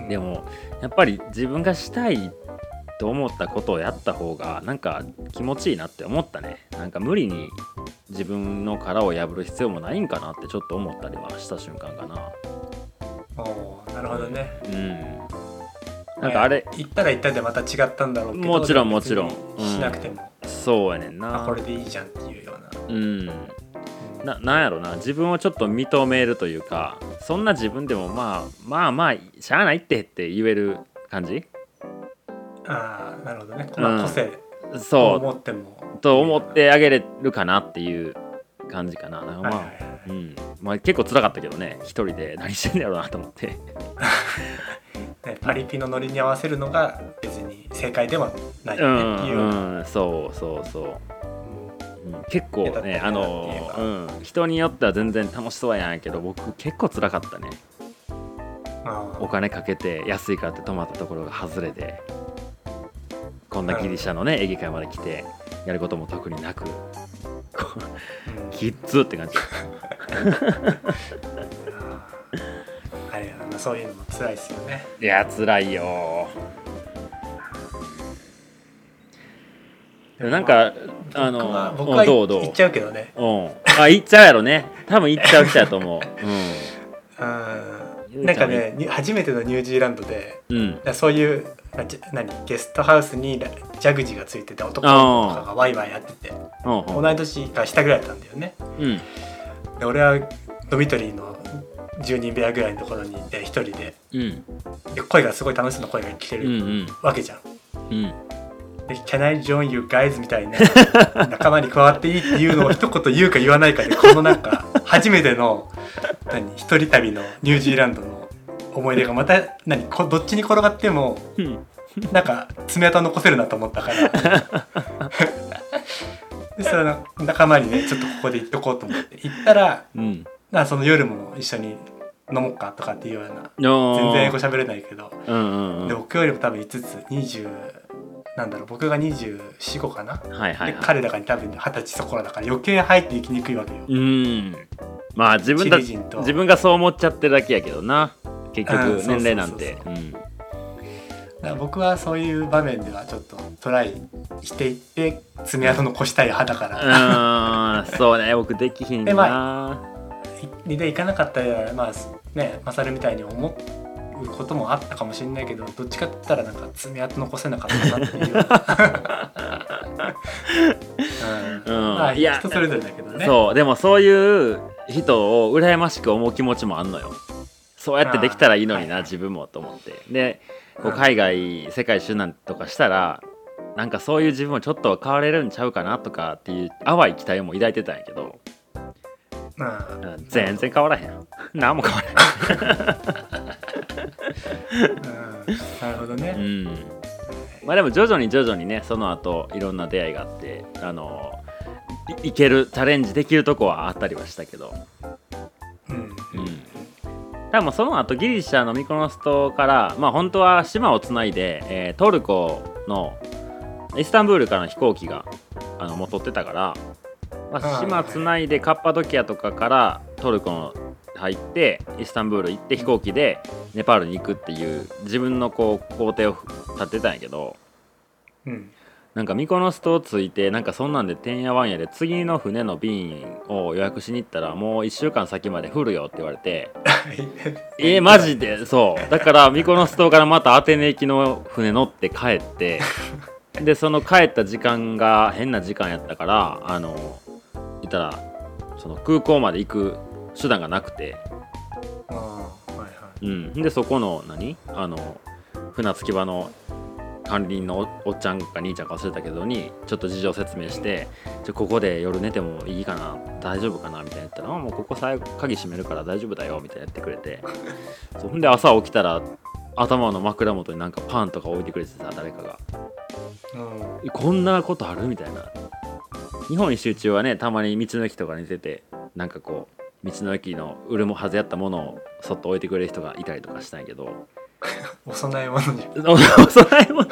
Speaker 3: うん
Speaker 2: でもやっぱり自分がしたいと思ったことをやった方がなんか気持ちいいなって思ったねなんか無理に自分の殻を破る必要もないんかなってちょっと思ったりはした瞬間かな。
Speaker 3: おうなるほどね
Speaker 2: うんなんかあれ
Speaker 3: ま行ったら行ったでまた違ったんだろうけど
Speaker 2: もちろん
Speaker 3: で
Speaker 2: もちろん
Speaker 3: 別
Speaker 2: うん
Speaker 3: にしなくても、
Speaker 2: そうやねん
Speaker 3: あ
Speaker 2: な
Speaker 3: これでいいじゃんっていうような
Speaker 2: うんななんやろな自分をちょっと認めるというかそんな自分でもまあまあまあしゃあないってって言える感じ
Speaker 3: ああなるほどね、まあ、個性と
Speaker 2: そ
Speaker 3: 思っても
Speaker 2: うと思ってあげれるかなっていう感じかななんか
Speaker 3: はい
Speaker 2: まあ、
Speaker 3: はいはい
Speaker 2: うんまあ、結構辛かったけどね一人で何してんだろうなと思って
Speaker 3: ね、パリピのノリに合わせるのが別に正解ではないよ
Speaker 2: う
Speaker 3: ねっていう、
Speaker 2: ん、うん、そうそうそう、うん、結構
Speaker 3: い
Speaker 2: ね
Speaker 3: やだってな
Speaker 2: あ
Speaker 3: んていう
Speaker 2: の
Speaker 3: か、
Speaker 2: うん、人によっては全然楽しそうやんやけど僕結構辛かったね
Speaker 3: あ
Speaker 2: お金かけて安いからって泊まったところが外れてこんなギリシャのね営業会まで来てやることも特になくこう
Speaker 3: ーうん
Speaker 2: キッズっ
Speaker 3: (laughs)
Speaker 2: て感じ
Speaker 3: あれやなそういうのも辛いですよね
Speaker 2: いや辛いよでもなんかあ
Speaker 3: 僕は
Speaker 2: の
Speaker 3: 僕は
Speaker 2: うんどうどう
Speaker 3: 言っちゃうけどね
Speaker 2: うんあ行っちゃうやろね多分行っちゃう人やと思う
Speaker 3: うんなんかねに初めてのニュージーランドで
Speaker 2: うんうん
Speaker 3: そういうなじ何ゲストハウスにラジャグジーがついてた男の子とかがワイワイやってて
Speaker 2: うんうん
Speaker 3: 同い年か下ぐらいだったんだよね
Speaker 2: うん
Speaker 3: で俺はドミトリーの10人部屋ぐらいのところにいて一人で
Speaker 2: うん
Speaker 3: で声がすごい楽しそうな声が聞け
Speaker 2: うんう
Speaker 3: る
Speaker 2: ん
Speaker 3: わけじゃん、
Speaker 2: うん
Speaker 3: で「Can I join you guys?」みたいな仲間に加わっていいっていうのを一言言うか言わないかでこのなんか初めての何一人旅のニュージーランドの思い出がまた何こどっちに転がっても
Speaker 2: うん
Speaker 3: なんか爪痕残せるなと思ったからでその仲間にねちょっとここで行っとこうと思って行ったら
Speaker 2: うん
Speaker 3: なその夜も一緒に飲もうかとかっていうような全
Speaker 2: 全
Speaker 3: 然英語喋れないけど
Speaker 2: うんうんう
Speaker 3: で
Speaker 2: ん
Speaker 3: 僕よりも多分5つ20なんだろう僕が245かな
Speaker 2: はいはい
Speaker 3: で
Speaker 2: はい
Speaker 3: 彼らが多分二十歳そこらだから余計入っていきにくいわけよ。
Speaker 2: うんまあ自分た
Speaker 3: チリ人と
Speaker 2: 自分がそう思っちゃってるだけやけどな結
Speaker 3: うんそうそ
Speaker 2: 局
Speaker 3: うそうそう
Speaker 2: 年齢なんてうん
Speaker 3: だから僕はそういう場面ではちょっとトライしていって爪痕残したい派だか
Speaker 2: う
Speaker 3: ら。
Speaker 2: ーんそうね僕できひん
Speaker 3: で
Speaker 2: な
Speaker 3: でで行かなかったらまあねマサルみたいに思うこともあったかもしれないけどどっちかって言ったらなんか爪痕残せなかったなってい
Speaker 2: (laughs)
Speaker 3: う。うん
Speaker 2: うん
Speaker 3: まあ
Speaker 2: いや
Speaker 3: 人それぞれだけどね。
Speaker 2: そうでもそういう人を羨ましく思う気持ちもあんのよそうやってできたらいいのに
Speaker 3: あ
Speaker 2: な
Speaker 3: ー
Speaker 2: 自分もと思ってでこう
Speaker 3: うん
Speaker 2: 海外世界一周なんとかしたらなんかそういう自分もちょっと変われるんちゃうかなとかっていう淡い期待も抱いてたんやけど、
Speaker 3: うん
Speaker 2: うん全然変わらへ (laughs) ん何も変わらへん
Speaker 3: うんなるほどね。
Speaker 2: うん、まあでも徐々に徐々にねその後いろんな出会いがあってあのいいけるチャレンジできるとこはあったりはしたけど、
Speaker 3: うん
Speaker 2: うん、多分その後ギリシャのミコノス島からまあ本当は島をつないで、えートルコのイスタンブールからの飛行機があの戻ってたから、まあ、
Speaker 3: はい
Speaker 2: 島つないでカッパドキアとかからトルコの入ってイスタンブール行って飛行機でネパールに行くっていう自分のこう工程を立てたんやけど、
Speaker 3: うん
Speaker 2: なんかミコノス島着いてなんかそんなんでてんやわんやで次の船の便を予約しに行ったらもう1週間先まで降るよって言われて (laughs) えー、マジでそうだからミコノス島からまたアテネ行きの船乗って帰ってでその帰った時間が変な時間やったからあのいたらその空港まで行く手段がなくて、
Speaker 3: ああはいは
Speaker 2: うん、でそこの何あの船着き場の管理人のおおっちゃんか兄ちゃんか忘れたけどにちょっと事情説明して「じゃあここで夜寝てもいいかな大丈夫かな?」みたいな言ったらあ「もうここさえ鍵閉めるから大丈夫だよ」みたいなやってくれて (laughs) そうほんで朝起きたら頭の枕元になんかパンとか置いてくれてさ誰かが
Speaker 3: い。うん
Speaker 2: 「えこんなことある?」みたいな日本一周中はねたまに道の駅とかに出てなんかこう道の駅の売るもはずやったものをそっと置いてくれる人がいたりとかしたんやけど
Speaker 3: お供え物に。
Speaker 2: お供
Speaker 3: (laughs)
Speaker 2: え物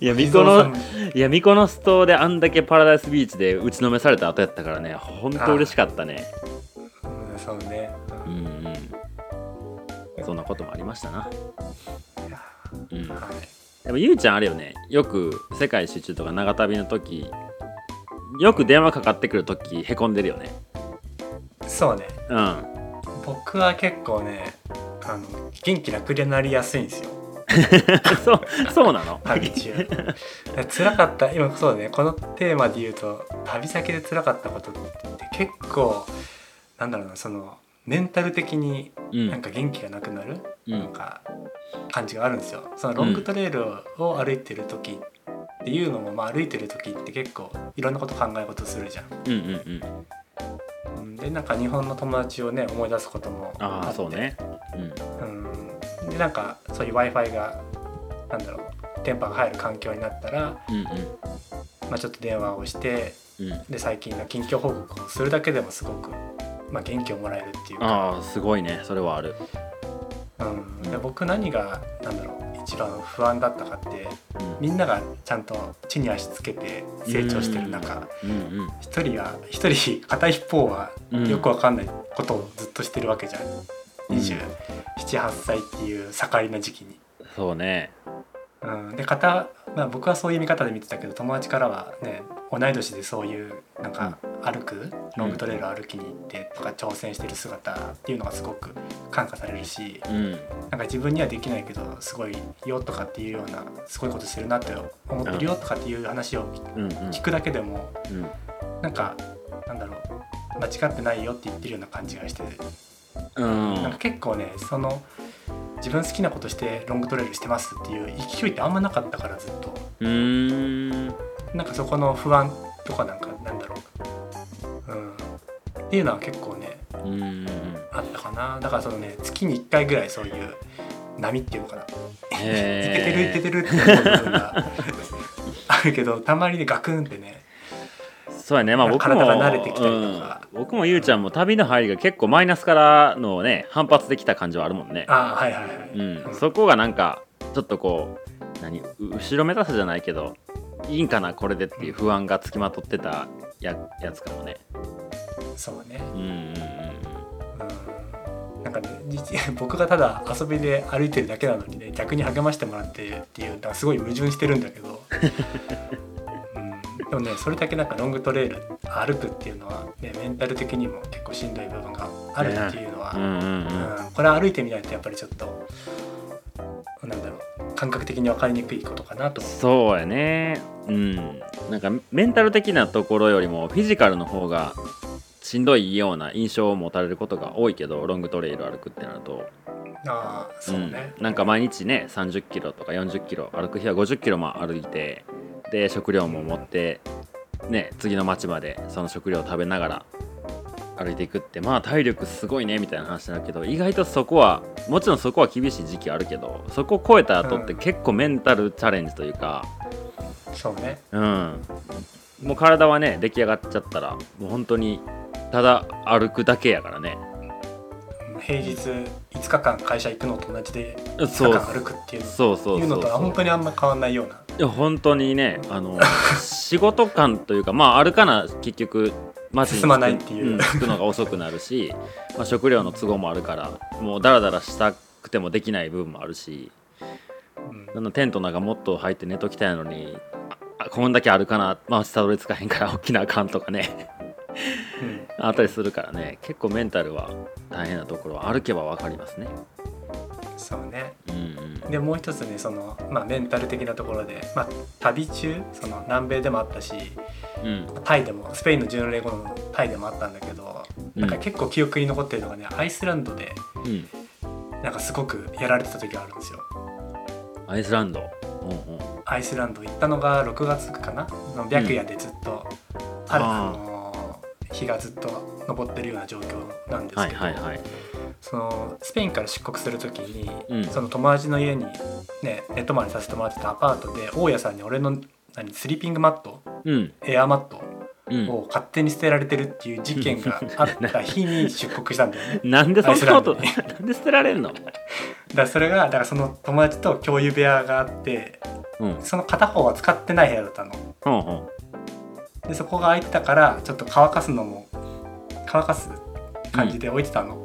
Speaker 2: いや巫女のいや巫女のストであんだけパラダイスビーチで打ちのめされた後やったからねほんと嬉しかったね
Speaker 3: うんそうね。
Speaker 2: う
Speaker 3: うん
Speaker 2: んうんそんなこともありましたなうんで
Speaker 3: はい
Speaker 2: もゆうちゃんあれよねよく世界集中とか長旅の時よく電話かかってくる時へこんでるよね
Speaker 3: そうね。
Speaker 2: うん (laughs)
Speaker 3: 僕は結構ねあの元気なくなりやすいんですよ
Speaker 2: そうそうなの
Speaker 3: 旅
Speaker 2: (laughs)
Speaker 3: 中だから辛かった今そうだねこのテーマで言うと旅先で辛かったことって結構なんだろうなそのメンタル的に
Speaker 2: うん
Speaker 3: なんか元気がなくなる、
Speaker 2: う
Speaker 3: なん
Speaker 2: ん
Speaker 3: か感じがあるんですよそのロングトレイルを歩いてる時っていうのも、まあ、歩いてる時って結構いろんなこと考え事するじゃん
Speaker 2: うんうんうん
Speaker 3: うんでなんか日本の友達をね思い出すこともあって
Speaker 2: ああそうねうん
Speaker 3: うんでなんかそういう w i f i がなんだろう電波が入る環境になったら、
Speaker 2: うん
Speaker 3: まあ、ちょっと電話をして
Speaker 2: うんうん
Speaker 3: で最近の近況報告をするだけでもすごく、まあ、元気をもらえるっていうか、
Speaker 2: ああすごいねそれはある
Speaker 3: うん、で僕何がなんだろう一番不安だったかって
Speaker 2: う
Speaker 3: みんながちゃんと地に足つけて成長してる中
Speaker 2: んうんうん
Speaker 3: 一人は一人片一方は
Speaker 2: うん
Speaker 3: よくわかんないことをずっとしてるわけじゃん、278歳っていう盛りの時期に。
Speaker 2: そうね
Speaker 3: うん、で片、まあ、僕はそういう見方で見てたけど友達からはね同い年でそういうなんか歩くロングトレイルを歩きに行ってとか挑戦してる姿っていうのがすごく感化されるし
Speaker 2: うん
Speaker 3: なんか自分にはできないけどすごいよとかっていうようなすごいことしてるなって思ってるよとかっていう話を
Speaker 2: うんうん
Speaker 3: 聞くだけでも
Speaker 2: うん
Speaker 3: なんかなんだろう間違ってないよって言ってるような感じがして
Speaker 2: うん
Speaker 3: なんか結構ねその自分好きなことしてロングトレイルしてますっていう勢いってあんまなかったからずっと。
Speaker 2: うーん
Speaker 3: なんかそこの不安とかなんかなんだろう、うん、っていうのは結構ね
Speaker 2: うん
Speaker 3: あったかなだからそのね月に1回ぐらいそういう波っていうのかな「いけてるいけ
Speaker 2: へ
Speaker 3: てる」って思う部分
Speaker 2: (laughs)
Speaker 3: があるけどたまにねガクンってね
Speaker 2: ーそうやねまあ僕も
Speaker 3: 体が慣れてきたりとか
Speaker 2: うん僕もゆうちゃんも旅の入りが結構マイナスからのね反発できた感じはあるもんね
Speaker 3: ああはいはいはい、
Speaker 2: うん
Speaker 3: うん
Speaker 2: そこがなんかちょっとこう何う後ろめたさじゃないけどいいんかなこれでっていう不安がつきまとってたややつかもね
Speaker 3: そうね、
Speaker 2: うんうん
Speaker 3: うん、なんかね実 (laughs) 僕がただ遊びで歩いてるだけなのにね逆に励ましてもらってるっていうのはすごい矛盾してるんだけ
Speaker 2: (laughs)
Speaker 3: ど、うん、でもねそれだけなんかロングトレイル歩くっていうのは、ね、メンタル的にも結構しんどい部分があるっていうのは、
Speaker 2: うんうんうんうん
Speaker 3: うん、これは歩いてみないとやっぱりちょっとなんだろう感覚的に分かりにくいことかなと思う。
Speaker 2: そうやねうんなんかメンタル的なところよりもフィジカルの方がしんどいような印象を持たれることが多いけどロングトレイル歩くってなると
Speaker 3: ああそうね、
Speaker 2: ん、なんか毎日ね3 0キロとか4 0キロ歩く日は5 0キロも歩いてで食料も持って、ね、次の町までその食料を食べながら歩いていくってまあ体力すごいねみたいな話になるけど意外とそこはもちろんそこは厳しい時期あるけどそこを超えた後って
Speaker 3: うん
Speaker 2: 結構メンタルチャレンジというか、
Speaker 3: そうね
Speaker 2: うん、もう体はね出来上がっちゃったらもう本当にただ歩くだけやからね。
Speaker 3: うん平日5日間会社行くのと同じで
Speaker 2: そう
Speaker 3: 5日間歩くっていう
Speaker 2: そうそうそう
Speaker 3: いうのとは本当にあんま変わんないようない
Speaker 2: や本当にね
Speaker 3: (laughs)
Speaker 2: あの仕事感というかまあ歩かな結局街に着く
Speaker 3: 進まないっていうん
Speaker 2: 着くのが遅くなるし、まあ、食料の都合もあるからもうダラダラしたくてもできない部分もあるし
Speaker 3: うん
Speaker 2: あのテントなんかもっと入って寝ときたいのにああこんだけ歩かなまあたどり着かへんから起きなあかんとかね
Speaker 3: うん
Speaker 2: あったりするからね結構メンタルは大変なところは歩けば分かりますね。
Speaker 3: そうね
Speaker 2: うんうん
Speaker 3: でもう一つねその、まあ、メンタル的なところで、まあ、旅中その南米でもあったし
Speaker 2: うん
Speaker 3: タイでもスペインの巡礼後のタイでもあったんだけどなんか結構記憶に残ってるのがねアイスランドで
Speaker 2: うん、
Speaker 3: なんかすごくやられてた時があるんですよ
Speaker 2: アイスランド、うんうん、
Speaker 3: アイスランド行ったのが6月かなの白夜でずっと、ある
Speaker 2: あ
Speaker 3: あの日がずっと昇ってるような状況なんです
Speaker 2: はい
Speaker 3: けど、
Speaker 2: はいはい。
Speaker 3: そのスペインから出国する時に、
Speaker 2: うん
Speaker 3: その友達の家に、ね、寝泊まりさせてもらってたアパートで大家さんに俺の何スリーピングマット
Speaker 2: うん
Speaker 3: エアマット
Speaker 2: うん、
Speaker 3: を勝手に捨てられてるっていう事件があった日に出国したんだよね。 (laughs)
Speaker 2: なんでそんなこと
Speaker 3: アイ
Speaker 2: (laughs) なんで捨てられんの、
Speaker 3: だからそれがだからその友達と共有部屋があって
Speaker 2: うん、うん
Speaker 3: その片方は使ってない部屋だったの。
Speaker 2: うん
Speaker 3: でそこが空いてたからちょっと乾かすのも乾かす感じで置いてたの。
Speaker 2: うん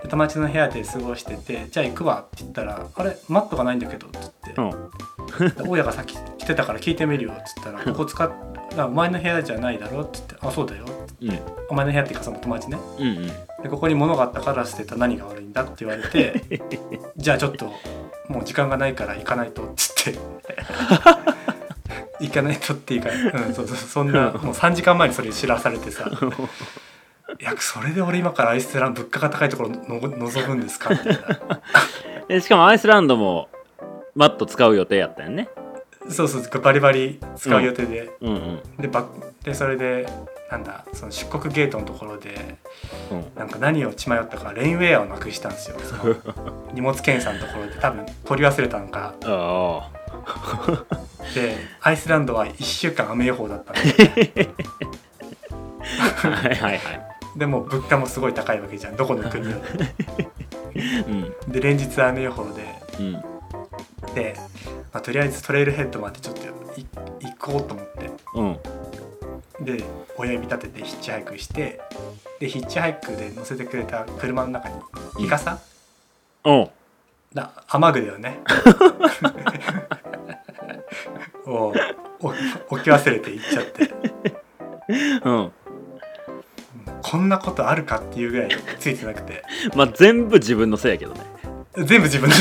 Speaker 3: で友達の部屋で過ごしてて「じゃあ行くわ」って言ったら「あれマットがないんだけど」って言って
Speaker 2: う。ん
Speaker 3: で大家がさっき来てたから聞いてみるよっつったら「ここ使っあお前の部屋じゃないだろ」っつって「あそうだよ」
Speaker 2: うん
Speaker 3: お前の部屋っていうかその友達ね
Speaker 2: うん
Speaker 3: でここに物があったから捨てた何が悪いんだって言われ (laughs) てじゃあちょっともう時間がないから行かないとっつ (laughs) って行かないとっていうか、うん、そうそうそんなもう3時間前にそれ知らされ (laughs) てさいやそれで俺今からアイスランド物価が高いところの望むんですかみたいな
Speaker 2: えしかもアイスランドもマット使う予定やったよね
Speaker 3: そうそうバリバリ使う予定で、
Speaker 2: うんうん
Speaker 3: でバでそれでなんだその出国ゲートのところで
Speaker 2: うん
Speaker 3: なんか何を血迷ったかレインウェアをなくしたんですよその荷物検査のところで多分取り忘れたのか
Speaker 2: あ
Speaker 3: でアイスランドは1週間雨予報だったんで
Speaker 2: あはいはいは
Speaker 3: でもう物価もすごい高いわけじゃんどこの国でも
Speaker 2: いうん
Speaker 3: で連日雨予報で
Speaker 2: うん
Speaker 3: で、まあ、とりあえずトレイルヘッドまでちょっとい行こうと思って
Speaker 2: うん
Speaker 3: で親指立ててヒッチハイクしてでヒッチハイクで乗せてくれた車の中に
Speaker 2: うん
Speaker 3: イカサ、
Speaker 2: おう
Speaker 3: な雨具だよね (laughs) をお置き忘れて行っちゃって
Speaker 2: うん
Speaker 3: こんなことあるかっていうぐらいついてなくて
Speaker 2: まあ全部自分のせいやけどね
Speaker 3: 全部自分で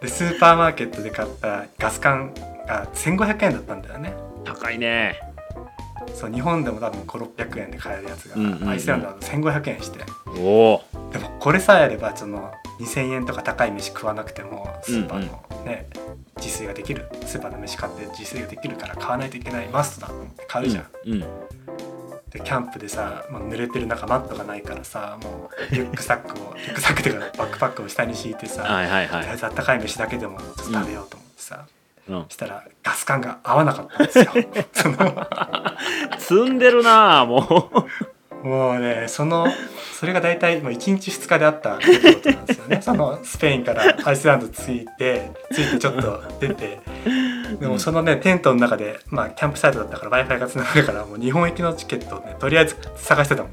Speaker 3: でスーパーマーケットで買ったガス缶が1500円だったんだよね
Speaker 2: 高いね
Speaker 3: そう日本でも多分5600円で買えるやつが、
Speaker 2: うんうんうん
Speaker 3: アイスランドだと1500円して
Speaker 2: おお
Speaker 3: でもこれさえあればその2000円とか高い飯食わなくてもスーパーのね、自炊ができるスーパーの飯買って自炊ができるから買わないといけないマストだと思って買うじゃん、
Speaker 2: うん
Speaker 3: でキャンプでさ、まあ、濡れてる中マットがないからさもうリュックサックをリュックサックと
Speaker 2: (laughs)
Speaker 3: いうかバックパックを下に敷いてさ、
Speaker 2: はいはい
Speaker 3: と
Speaker 2: は
Speaker 3: りあえ
Speaker 2: い
Speaker 3: ずあったかい飯だけでもちょっと食べようと思ってさ、
Speaker 2: うん
Speaker 3: したらガス管が合わなかったん
Speaker 2: (laughs)
Speaker 3: ですよその
Speaker 2: 積んでるなあもう (laughs)
Speaker 3: もうねそのそれが大体もう1日2日であった出来事なんですよねそのスペインからアイスランド着いて着いてちょっと出てでもそのねテントの中でまあキャンプサイトだったから w i f i がつながるからもう日本行きのチケットをねとりあえず探してたもん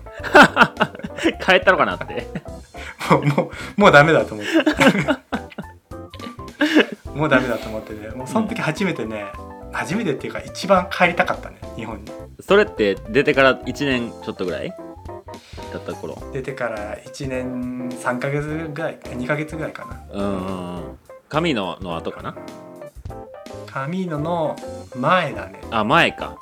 Speaker 2: 帰ったのかなって
Speaker 3: もうもうもうダメだと思ってもうダメだと思ってねもうその時初めてね、初めてっていうか一番帰りたかったね日本に
Speaker 2: それって出てから1年ちょっとぐらいだった頃
Speaker 3: 出てから1年3ヶ月ぐらい2ヶ月ぐらいかな
Speaker 2: うんうんうん神のの後かな
Speaker 3: カミーノの前だね、
Speaker 2: あ前か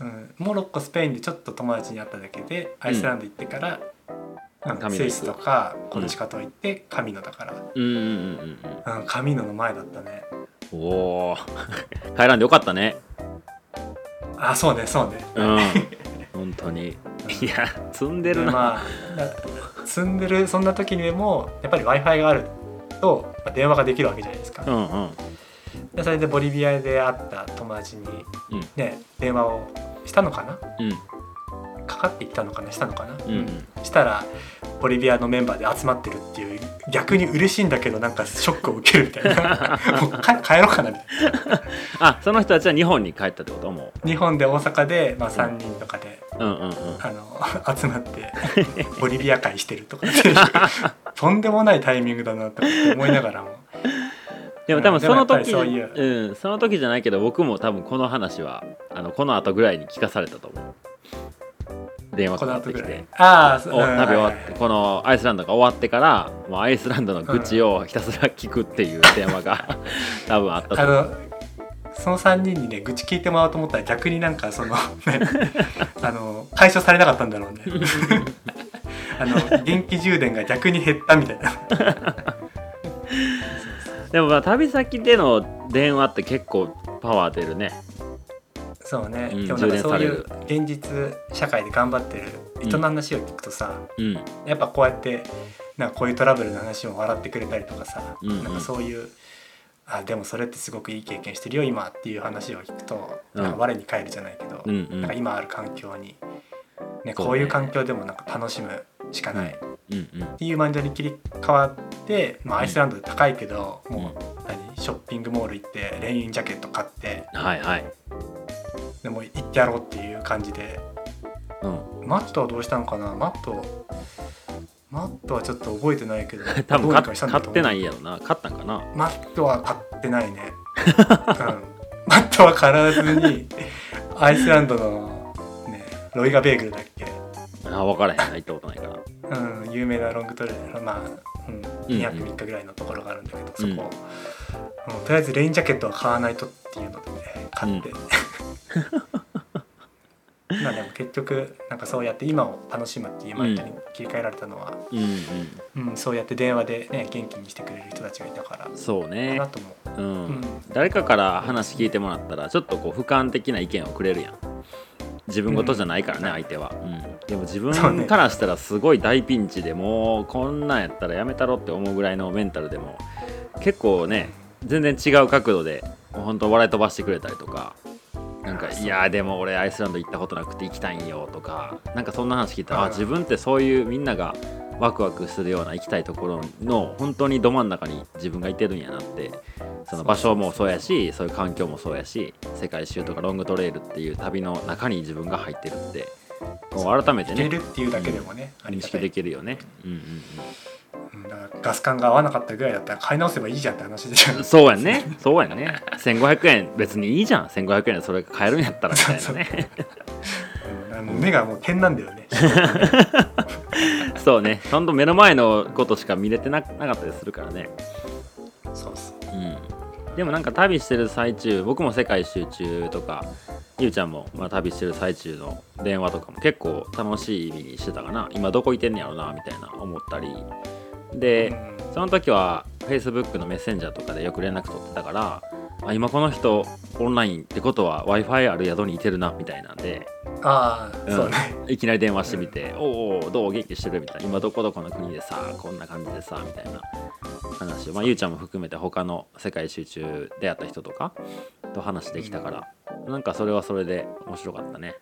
Speaker 3: うん、モロッコスペインでちょっと友達に会っただけでアイスランド行ってから、うん
Speaker 2: カミーノ行く
Speaker 3: スイスとかコルチカ島行ってカミーノだか
Speaker 2: うんうんうんうんうん
Speaker 3: ら、うん、カミーノの前だったね
Speaker 2: おお (laughs) 帰らんでよかったね
Speaker 3: あそうねそうね
Speaker 2: うん本当にいや積んで
Speaker 3: で
Speaker 2: るな、
Speaker 3: まあだ積んでるそんな時にでもやっぱり w i f i があるとまあ電話ができるわけじゃないですか、
Speaker 2: うんうん
Speaker 3: でそれでボリビアで会った友達に
Speaker 2: うん
Speaker 3: ね電話をしたのかな
Speaker 2: うん
Speaker 3: かかってきたのかなしたのかな、
Speaker 2: うんうん
Speaker 3: したらボリビアのメンバーで集まってるっていう逆に嬉しいんだけどなんかショックを受けるみたい
Speaker 2: (laughs)
Speaker 3: なもうか帰ろうかなみたいな
Speaker 2: あその人たちは日本に帰ったってことも
Speaker 3: 日本で大阪で、まあ、3人とかで、
Speaker 2: ううんうんうん
Speaker 3: あの集まってボリビア会してるとかっていう
Speaker 2: (laughs)
Speaker 3: とんでもないタイミングだなとかって思いなが
Speaker 2: (laughs)
Speaker 3: らも
Speaker 2: でも多分その時
Speaker 3: でもやっぱりそう
Speaker 2: うんその時じゃないけど僕も多分この話はあのこの後ぐらいに聞かされたと思う電話
Speaker 3: こ
Speaker 2: か
Speaker 3: の
Speaker 2: か
Speaker 3: 後
Speaker 2: って
Speaker 3: ぐ
Speaker 2: き
Speaker 3: ら
Speaker 2: て
Speaker 3: い。ああ
Speaker 2: お鍋終わってこのアイスランドが終わってからもうアイスランドの愚痴をひたすら聞くっていう電話が (laughs) 多分あったと
Speaker 3: あ
Speaker 2: 思う
Speaker 3: のその3人にね愚痴聞いてもらおうと思ったら逆になんかその、 (laughs) ね、あの解消されなかったんだろう
Speaker 2: (laughs)
Speaker 3: ねあの元気充電が逆に減ったみたいな
Speaker 2: でもまあ旅先での電話って結構パワー出るね
Speaker 3: そうね、
Speaker 2: うん
Speaker 3: でもなんか
Speaker 2: 充電
Speaker 3: そ
Speaker 2: さ
Speaker 3: うい
Speaker 2: れ
Speaker 3: う
Speaker 2: る
Speaker 3: 現実社会で頑張ってる人の話を聞くとさ、
Speaker 2: うん
Speaker 3: やっぱこうやってなんかこういうトラブルの話も笑ってくれたりとかさ、
Speaker 2: うんうん
Speaker 3: なんかそういうあでもそれってすごくいい経験してるよ今っていう話を聞くと、
Speaker 2: うん
Speaker 3: なんか我に返るじゃないけど、
Speaker 2: うんう
Speaker 3: なん
Speaker 2: ん
Speaker 3: か今ある環境に、ね、
Speaker 2: そうね
Speaker 3: こういう環境でもなんか楽しむしかないっ
Speaker 2: うんうん
Speaker 3: ていうマインドに切り替わって、まあ、
Speaker 2: うん
Speaker 3: アイスランドで高いけど、もう何ショッピングモール行ってレインジャケット買って
Speaker 2: はいはい
Speaker 3: でもう行ってやろうっていう感じで
Speaker 2: うん
Speaker 3: マットはどうしたのかなマットマットはちょっと覚えてないけど
Speaker 2: (laughs) 多
Speaker 3: どう
Speaker 2: 分
Speaker 3: にか
Speaker 2: 買っ
Speaker 3: したんだ
Speaker 2: 買
Speaker 3: と
Speaker 2: っ
Speaker 3: 思
Speaker 2: て
Speaker 3: う
Speaker 2: ないやろな買ったんかな
Speaker 3: マットは買ってないね、うん、マットは買わずにアイスランドの、ね、ロイガベーグルだっけ
Speaker 2: はいな分からへんな行ったことないから
Speaker 3: うん、有名なロングトレイルまあ、うん、203日ぐらいのところがあるんだけど、そこ、うんとりあえずレインジャケットは買わないとっていうので、ね、買って、 (laughs) まあでも結局なんかそうやって今を楽しむっていうマインドに切り替えられたのは、
Speaker 2: うんう
Speaker 3: うんそうやって電話で、ね、元気にしてくれる人たちがいたから
Speaker 2: んそう
Speaker 3: か
Speaker 2: ね
Speaker 3: なと思う、
Speaker 2: うん、
Speaker 3: うん
Speaker 2: 誰かから話聞いてもらったらちょっとこう俯瞰的な意見をくれるやん自分事じゃないからね、
Speaker 3: うん
Speaker 2: 相手は、うん、でも自
Speaker 3: そう
Speaker 2: 分
Speaker 3: ね
Speaker 2: からしたらすごい大ピンチでもうこんなんやったらやめたろって思うぐらいのメンタルでも結構ね全然違う角度で本当笑い飛ばしてくれたりとかなんか「
Speaker 3: あそう
Speaker 2: いやーでも俺アイスランド行ったことなくて行きたいんよ」とかなんかそんな話聞いたら
Speaker 3: うん
Speaker 2: あ自分ってそういうみんながワクワクするような行きたいところの本当にど真ん中に自分がいてるんやなってその場所もそうやしそういう環境もそうやし世界一周とかロングトレイルっていう旅の中に自分が入ってるってこう改めて
Speaker 3: いけ
Speaker 2: ね
Speaker 3: るっていうだけでもね、あり
Speaker 2: 認
Speaker 3: がた
Speaker 2: 識
Speaker 3: い
Speaker 2: できるよね。うんうん
Speaker 3: うんだからガス管が合わなかったぐらいだったら買い直せばいいじゃんって話でしょ
Speaker 2: うん、そうやんねそうやんね1500円別にいいじゃん1500円でそれ買えるんやったらみたいなね
Speaker 3: (laughs) うんあの目がもう点なんだよね
Speaker 2: そうねほんと目の前のことしか見れてななかったりするからね
Speaker 3: そうそう
Speaker 2: うん、でもなんか旅してる最中僕も世界一周中とかゆうちゃんもまあ旅してる最中の電話とかも結構楽しみにしてたかな今どこいてんねやろなみたいな思ったりで、
Speaker 3: うん
Speaker 2: その時は Facebook のメッセンジャーとかでよく連絡取ってたからあ今この人オンラインってことは w i f i ある宿にいてるなみたいなんで
Speaker 3: ああ、
Speaker 2: うん
Speaker 3: そうね
Speaker 2: いきなり電話してみて「おうおうどう元気してる?」みたいな「今どこどこの国でさこんな感じでさ」みたいな話を、まあ、ゆうちゃんも含めて他の世界集中出会った人とかと話できたから、なんかそれはそれで面白かったね。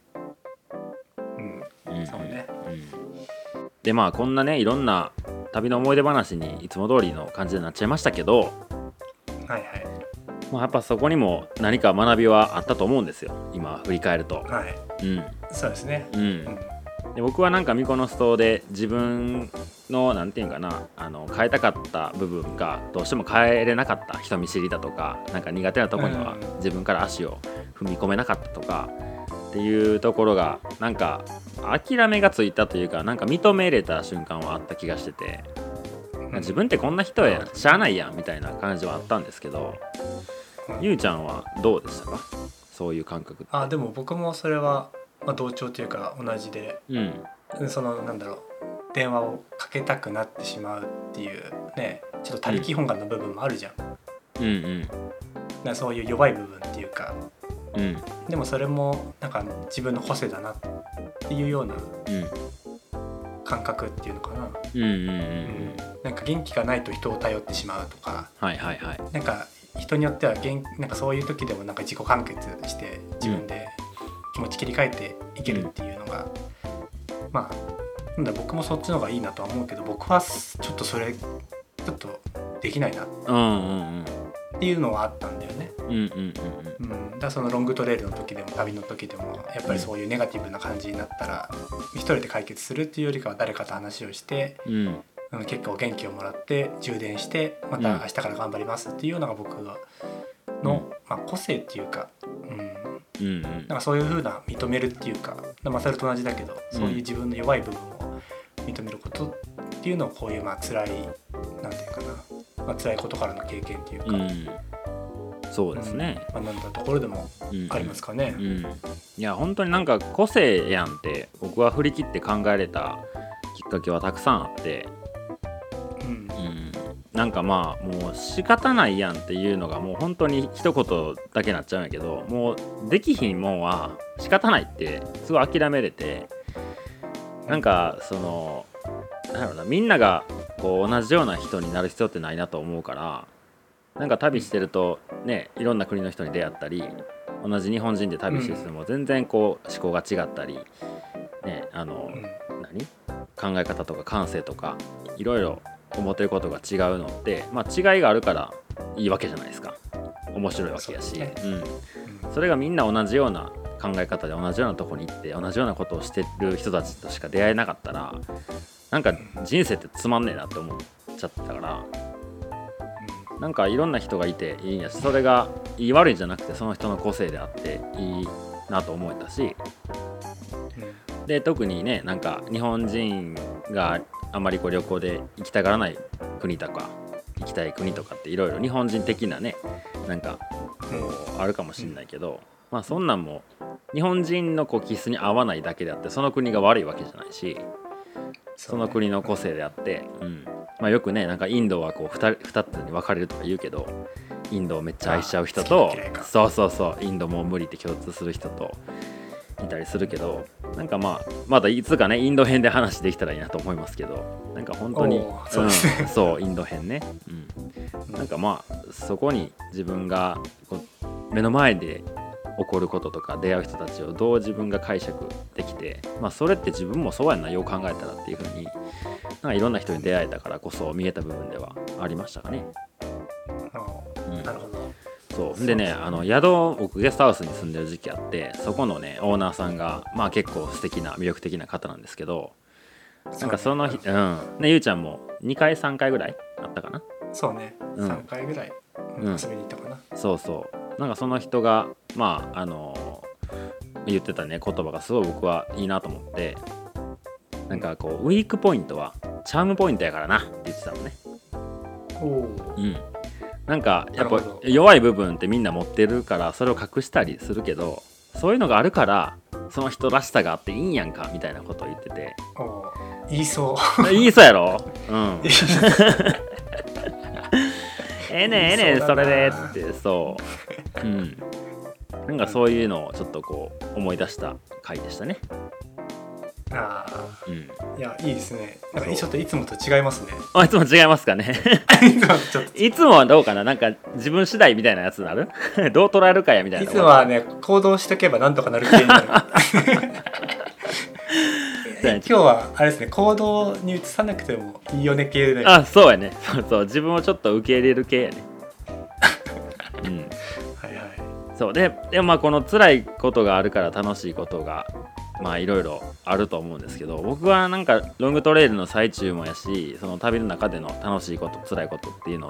Speaker 3: うん
Speaker 2: うん
Speaker 3: そうね
Speaker 2: うんでまあこんなねいろんな旅の思い出話にいつも通りの感じになっちゃいましたけど、
Speaker 3: はいは
Speaker 2: まあ、やっぱそこにも何か学びはあったと思うんですよ今振り返ると。
Speaker 3: いはい
Speaker 2: うん
Speaker 3: そうですね
Speaker 2: うん
Speaker 3: うん
Speaker 2: で僕はなんかミコノス島で自分のなんていうんかなあの変えたかった部分がどうしても変えれなかった人見知りだとかなんか苦手なとこには
Speaker 3: うん
Speaker 2: 自分から足を踏み込めなかったとかっていうところがなんか諦めがついたというかなんか認めれた瞬間はあった気がしてて
Speaker 3: うん
Speaker 2: 自分ってこんな人やしゃあないやんみたいな感じはあったんですけど
Speaker 3: うん
Speaker 2: ゆうちゃんはどうでしたかそういう感覚
Speaker 3: あでも僕もそれは、まあ、同調というか同じで
Speaker 2: うん
Speaker 3: うんそのなんだろう電話をかけたくなってしまうっていうねちょっと他力本願の部分もあるじゃん、だか
Speaker 2: うんうん
Speaker 3: らそういう弱い部分っていうか
Speaker 2: うん
Speaker 3: でもそれもなんか自分の個性だなっていうような
Speaker 2: うん
Speaker 3: 感覚っていうのかな、
Speaker 2: うんうんうん
Speaker 3: う
Speaker 2: うん
Speaker 3: ん、なんか元気がないと人を頼ってしまうとか
Speaker 2: はいはいはい
Speaker 3: なんか人によっては元なんかそういう時でもなんか自己完結して自分で気持ち切り替えていけるっていうのが、まあなんだ僕もそっちの方がいいなとは思うけど僕はすちょっとそれちょっとできないなっ
Speaker 2: うんうん
Speaker 3: ていうのはあったんだよね。
Speaker 2: うんうんうん
Speaker 3: うん、だからそのロングトレイルの時でも旅の時でもやっぱりそういうネガティブな感じになったら一人で解決するっていうよりかは誰かと話をして
Speaker 2: うんうん
Speaker 3: うん結構元気をもらって充電してま
Speaker 2: う
Speaker 3: た
Speaker 2: ん
Speaker 3: 明日から頑張りますっていうのが僕の、まあ、個性っていうか、うん、
Speaker 2: うんうんうん
Speaker 3: なんかそういう風な認めるっていうかまあマサルと同じだけどそういう自分の弱い部分を認めることっていうのをこういうまあ辛いなんていうかな、まあ辛いことからの経験っていうか、
Speaker 2: うんそうですね、
Speaker 3: 学んだところでも
Speaker 2: うん
Speaker 3: ありますかね。
Speaker 2: うんいや本当になんか個性やんって僕は振り切って考えれたきっかけはたくさんあって、
Speaker 3: うん
Speaker 2: うん、なんかまあもう仕方ないやんっていうのがもう本当に一言だけなっちゃうんやけどもうできひんもんは仕方ないってすごい諦めれてなんかそのなんやろなみんながこう同じような人になる必要ってないなと思うからなんか旅してるとねいろんな国の人に出会ったり同じ日本人で旅してる人でも全然こう思考が違ったり、ね、あの
Speaker 3: うん
Speaker 2: 何考え方とか感性とかいろいろ思ってることが違うのって、まあ、違いがあるからいいわけじゃないですか面白いわけやし
Speaker 3: そうです
Speaker 2: うん、それがみんな同じような考え方で同じようなとこに行って同じようなことをしてる人たちとしか出会えなかったらなんか人生ってつまんねえなって思っちゃったからなんかいろんな人がいていいんやしそれがいい悪いんじゃなくてその人の個性であっていいなと思えたし
Speaker 3: うんうん
Speaker 2: で特にねなんか日本人があまりこう旅行で行きたがらない国とか行きたい国とかっていろいろ日本人的なねなんか
Speaker 3: うん
Speaker 2: あるかもしれないけど、まあそんなんも日本人のこう気質に合わないだけであってその国が悪いわけじゃないしその国の個性であって、うんまあ、よくねなんかインドはこう 2, 二つに分かれるとか言うけどインドをめっちゃ愛しちゃう人
Speaker 3: あ好
Speaker 2: と
Speaker 3: き嫌いか
Speaker 2: そうそうそうインドもう無理って共通する人といたりするけどなんかまあまだいつかねインド編で話できたらいいなと思いますけどなんか本当に
Speaker 3: おーそうですね
Speaker 2: んそうインド編ね。うんなんかまあそこに自分がこう目の前で起こることとか出会う人たちをどう自分が解釈できて、まあ、それって自分もそうやんなよう考えたらっていう風になんかいろんな人に出会えたからこそ見えた部分ではありましたかね。
Speaker 3: あ
Speaker 2: うん
Speaker 3: なるほど
Speaker 2: そうでねあの宿僕ゲストハウスに住んでる時期あってそこのねオーナーさんが、まあ、結構素敵な魅力的な方なんですけどなんかその日うんねゆうちゃんも2回3回ぐらいあったかな
Speaker 3: そうね
Speaker 2: うん
Speaker 3: 3回ぐらいうん
Speaker 2: うん
Speaker 3: 遊びに行ったかな
Speaker 2: そうそうなんかその人がまああの言ってたね言葉がすごい僕はいいなと思ってなんかこうウィークポイントはチャームポイントやからなって言ってたのね
Speaker 3: おお
Speaker 2: うんなんかやっ
Speaker 3: な
Speaker 2: ぱ
Speaker 3: るほど
Speaker 2: 弱い部分ってみんな持ってるからそれを隠したりするけどそういうのがあるからその人らしさがあっていいんやんかみたいなことを言っ
Speaker 3: (laughs)
Speaker 2: てて
Speaker 3: おー言い
Speaker 2: (laughs)
Speaker 3: そう
Speaker 2: いいそうやろう
Speaker 3: (laughs)
Speaker 2: ん
Speaker 3: 言いそう
Speaker 2: ええねんええねん
Speaker 3: そうだ
Speaker 2: そ
Speaker 3: な
Speaker 2: れでっつってそううんなんかそういうのをちょっとこう思い出した回でしたね
Speaker 3: ああ
Speaker 2: うん
Speaker 3: いやいいですねなん
Speaker 2: そう
Speaker 3: かちょっといつもと違い
Speaker 2: (laughs)
Speaker 3: ますね
Speaker 2: あいつも違いますかね
Speaker 3: (laughs) いつもとちょっと
Speaker 2: いつもはどうかななんか自分次第みたいなやつになる (laughs) どう捉えるかやみたい
Speaker 3: い
Speaker 2: な
Speaker 3: つもはね行動しとけばなんとかなる系にな
Speaker 2: (laughs)
Speaker 3: る今日はあれですね行動に移さなくてもいいよね系で、は
Speaker 2: (laughs) あそうやねそうそう自分をちょっと受け入れる系やねうん
Speaker 3: いはい、
Speaker 2: そうででもまあこの辛いことがあるから楽しいことがまあいろいろあると思うんですけど僕はなんかロングトレイルの最中もやしその旅の中での楽しいこと辛いことっていうの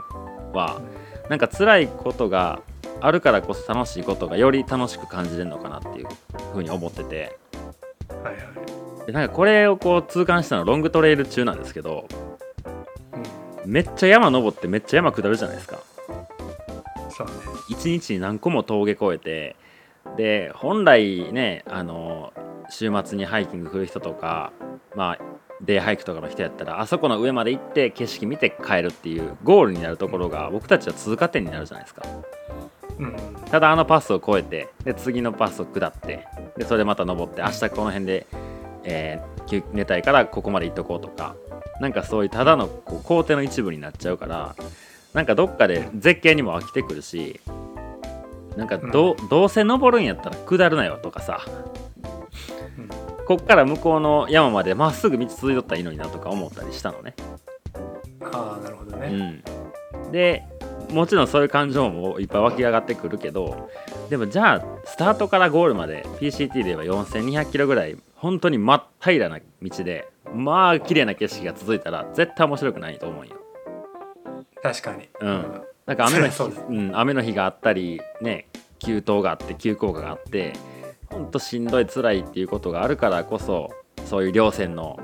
Speaker 2: はなんか辛いことがあるからこそ楽しいことがより楽しく感じれるのかなっていうふうに思ってて
Speaker 3: はいはい
Speaker 2: でなんかこれをこう痛感したのはロングトレイル中なんですけど
Speaker 3: う
Speaker 2: めっちゃ山登ってめっちゃ山下るじゃないですか。
Speaker 3: ん、そうね
Speaker 2: 1日に何個も峠越えてで本来ねあの週末にハイキング来る人とかまあデイハイクとかの人やったらあそこの上まで行って景色見て帰るっていうゴールになるところが僕たちは通過点になるじゃないですか
Speaker 3: うん
Speaker 2: ただあのパスを越えてで次のパスを下ってでそれまた登って明日この辺で、えー休寝たいからここまで行っとこうとかなんかそういうただのこう工程の一部になっちゃうからなんかどっかで絶景にも飽きてくるしなんかど,、うどうせ登るんやったら下るなよとかさ
Speaker 3: うん
Speaker 2: こっから向こうの山までまっすぐ道続いとったらいいのになとか思ったりしたのね。
Speaker 3: ああなるほどね、
Speaker 2: うん、でもちろんそういう感情もいっぱい湧き上がってくるけどでもじゃあスタートからゴールまで PCT で言えば4 2 0 0キロぐらい本当に真っ平らな道でまあ綺麗な景色が続いたら絶対面白くないと思うよ。
Speaker 3: 確かに
Speaker 2: うんなんか雨の
Speaker 3: (laughs)
Speaker 2: 日
Speaker 3: そうです
Speaker 2: うん、雨の日があったりね急騰があって急降下があってほんとしんどい辛いっていうことがあるからこそそういう稜線の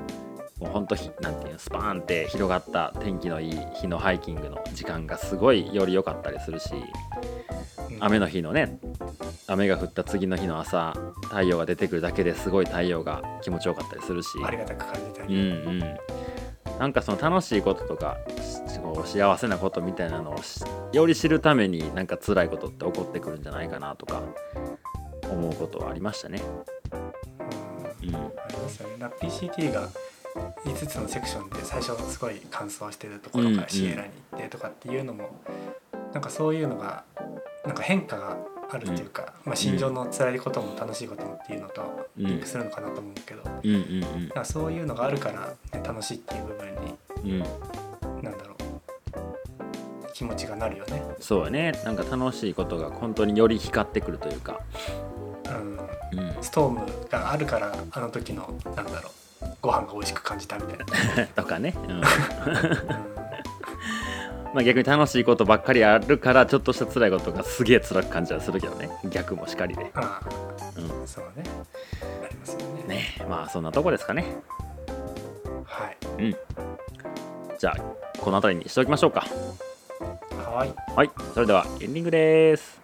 Speaker 2: もうほんとひなんていうのスパーンって広がった天気のいい日のハイキングの時間がすごいより良かったりするし
Speaker 3: うん
Speaker 2: 雨の日のね雨が降った次の日の朝太陽が出てくるだけですごい太陽が気持ちよかったりするし
Speaker 3: ありがたく感じた
Speaker 2: うん
Speaker 3: り、
Speaker 2: うん、なんかその楽しいこととかしこう幸せなことみたいなのをしより知るためになんか辛いことって起こってくるんじゃないかなとか思うことはありましたね。
Speaker 3: うん
Speaker 2: うん、
Speaker 3: ありますよね。ラ PCT が5つのセクションで最初すごい乾燥してるところか
Speaker 2: うん
Speaker 3: らシエラに行ってとかっていうのも、なんかそういうのがなんか変化があるっていうか、まあ、心情の辛いことも楽しいこともっていうのと
Speaker 2: うん
Speaker 3: リンクするのかなと思うけど、なん
Speaker 2: うん、うん、
Speaker 3: かそういうのがあるから、ね、楽しいっていう部分に
Speaker 2: うん、うん、
Speaker 3: なんだろう気持ちがなるよね。
Speaker 2: そうやね。なんか楽しいことが本当により光ってくるというか。
Speaker 3: うん、
Speaker 2: うん、
Speaker 3: ストームがあるからあの時のなんだろうご飯が美味しく感じたみたい
Speaker 2: とかね、うん、
Speaker 3: な。うん
Speaker 2: (laughs) まあ、逆に楽しいことばっかりあるからちょっとした辛いことがすげえ辛く感じはするけどね逆もしかりで
Speaker 3: あ
Speaker 2: う
Speaker 3: あそうねありますよね
Speaker 2: んねまあそんなとこですかね
Speaker 3: はい
Speaker 2: じゃあこの辺りにしておきましょうか
Speaker 3: はい
Speaker 2: はいそれではエンディングです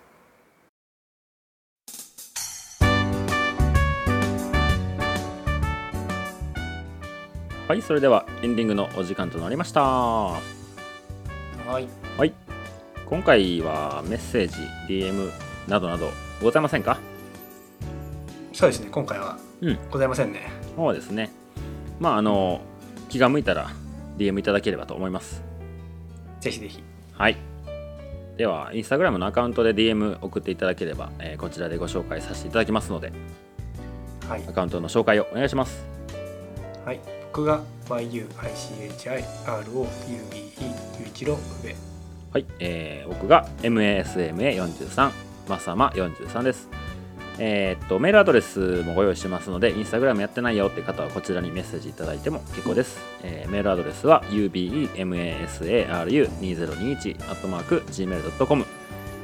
Speaker 2: はいそれではエンディングのお時間となりました
Speaker 3: はい
Speaker 2: 今回はメッセージ DM などなどございませんか
Speaker 3: そうですね今回は
Speaker 2: うん
Speaker 3: ございませんね、
Speaker 2: そうですねまああの気が向いたら DM いただければと思います
Speaker 3: ぜひぜひ
Speaker 2: はいではインスタグラムのアカウントで DM 送っていただければ、えーこちらでご紹介させていただきますので
Speaker 3: はい
Speaker 2: アカウントの紹介をお願いします
Speaker 3: はい、僕が YUICHIROUBE11 上
Speaker 2: はい、えー僕が MASMA43 まさま43ですえーっとメールアドレスもご用意してますのでインスタグラムやってないよって方はこちらにメッセージいただいても結構です、えーメールアドレスは ubemasAru2021-gmail.com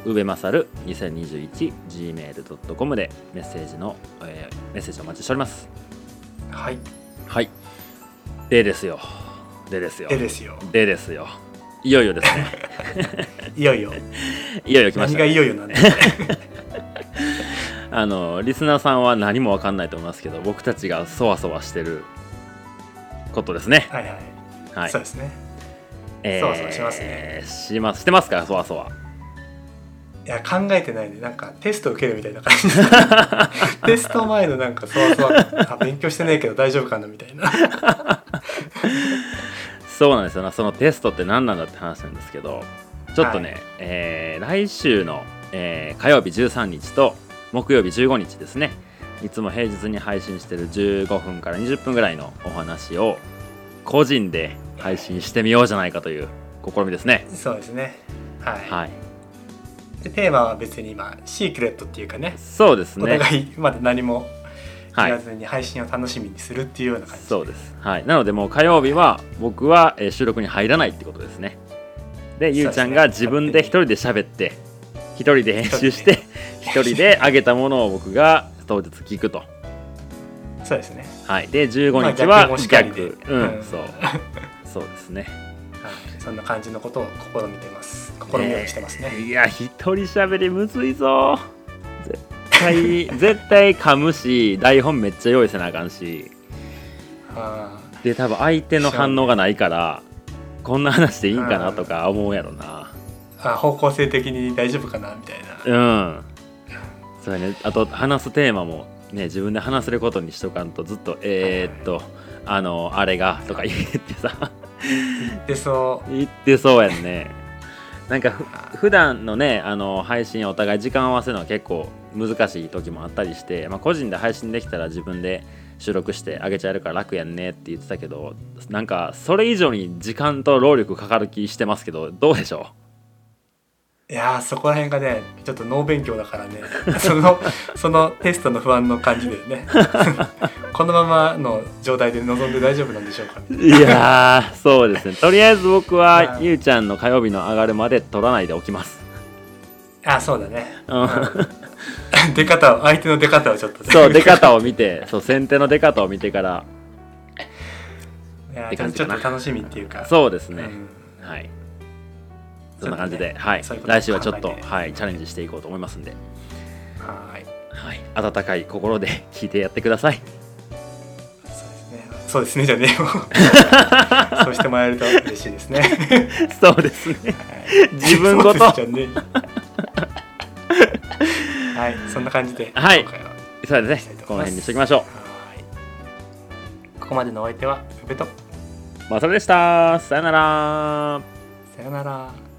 Speaker 2: うべまさる 2021gmail.com でメッセージの、えーメッセージお待ちしております
Speaker 3: はい
Speaker 2: はいでですよでですよ
Speaker 3: でですよ
Speaker 2: でですよいよいよですね
Speaker 3: いよいよ
Speaker 2: いよいよ来まし
Speaker 3: 何
Speaker 2: た
Speaker 3: が
Speaker 2: ね
Speaker 3: いよいよ
Speaker 2: (laughs)
Speaker 3: なんで
Speaker 2: あのリスナーさんは何もわかんないと思いますけど僕たちがそわそわしてることですね
Speaker 3: はいはい、
Speaker 2: はい
Speaker 3: そうですね
Speaker 2: え
Speaker 3: そわそわしますね
Speaker 2: しますしてますからそわそわ
Speaker 3: いや考えてないんでなんかテスト受けるみたいな
Speaker 2: (laughs)
Speaker 3: 感じテスト前のなんかそわそわあ勉強してねえけど大丈夫かなみたいな (laughs)
Speaker 2: そうなんですよなそのテストって何なんだって話なんですけどちょっとね、
Speaker 3: は
Speaker 2: えー来週の、えー火曜日13日と木曜日15日ですねいつも平日に配信してる15分から20分ぐらいのお話を個人で配信してみようじゃないかという試みですね
Speaker 3: そうですねはい、
Speaker 2: はい
Speaker 3: でテーマは別に今シークレットっていうかね
Speaker 2: そうです
Speaker 3: お
Speaker 2: ね
Speaker 3: 互いまだ何も
Speaker 2: は
Speaker 3: 言
Speaker 2: い
Speaker 3: わずに配信を楽しみにするっていうような感じ、
Speaker 2: そうです、はい、なのでもう火曜日は僕はえー収録に入らないってことですねでゆうちゃんが
Speaker 3: そうです
Speaker 2: 自
Speaker 3: ね
Speaker 2: 分で一人で喋って一人で編集して一人で上げたものを僕が当日聞くと、
Speaker 3: そうですね、
Speaker 2: はい、で15日
Speaker 3: まあ
Speaker 2: は
Speaker 3: 逆もしかりで
Speaker 2: 逆、うん
Speaker 3: うん
Speaker 2: そうそうですね
Speaker 3: はい、そんな感じのことを試みてます試みをしてますね、
Speaker 2: いや一人喋りむずいぞ絶
Speaker 3: (laughs)
Speaker 2: 対絶対噛むし台本めっちゃ用意せなあかんし
Speaker 3: あー
Speaker 2: で多分相手の反応がないからこんな話でいいんかなとか思うやろな、
Speaker 3: あ方向性的に大丈夫かなみたいな、
Speaker 2: うんそうやねあと話すテーマもね自分で話せることにしとかんとずっと「えー、っとあのあれが」とか言ってさ
Speaker 3: でそ
Speaker 2: 言ってそうやんねなんかふ
Speaker 3: あ
Speaker 2: 普段のねあの配信お互い時間を合わせるのは結構難しい時もあったりして、まあ、個人で配信できたら自分で収録してあげちゃえるから楽やんねって言ってたけどなんかそれ以上に時間と労力かかる気してますけどどうでしょ
Speaker 3: ういやーそこら辺がねちょっと脳勉強だから
Speaker 2: (laughs)
Speaker 3: ねそのそのテストの不安の感じだよね (laughs) このままの状態で臨んで大丈夫なんでしょうかみたいう
Speaker 2: いやーそうですねとりあえず僕は
Speaker 3: はい
Speaker 2: ゆうちゃんの火曜日の上がるまで取らないでおきます
Speaker 3: なあそうだね (laughs)
Speaker 2: うん
Speaker 3: うん出方を相手の出方をちょっとね
Speaker 2: そう出方を見てそう先手の出方を見てから
Speaker 3: いや
Speaker 2: って
Speaker 3: ーちょ
Speaker 2: 感
Speaker 3: っ
Speaker 2: じ
Speaker 3: と
Speaker 2: かな
Speaker 3: 楽しみっていうか
Speaker 2: そうです
Speaker 3: う
Speaker 2: ね、
Speaker 3: ん
Speaker 2: はいそんな感じで、
Speaker 3: ちょっとね
Speaker 2: はい
Speaker 3: そういうことを
Speaker 2: 来週はちょっと、
Speaker 3: 考えて
Speaker 2: はい、チャレンジしていこうと思いますんで、
Speaker 3: はーい
Speaker 2: はい、温かい心で聞いてやってください (laughs)
Speaker 3: そうですねそうですねじゃねえよそうしてもらえると嬉しいですね、
Speaker 2: そうですね
Speaker 3: はい
Speaker 2: 自分ごと
Speaker 3: そうですじゃねえはいそんな感じで、
Speaker 2: はい
Speaker 3: 今回は
Speaker 2: そうですねこの辺にしておきましょ
Speaker 3: はーいここまでのお相手は、宇部と。
Speaker 2: うまさるでしたさよなら
Speaker 3: さよなら。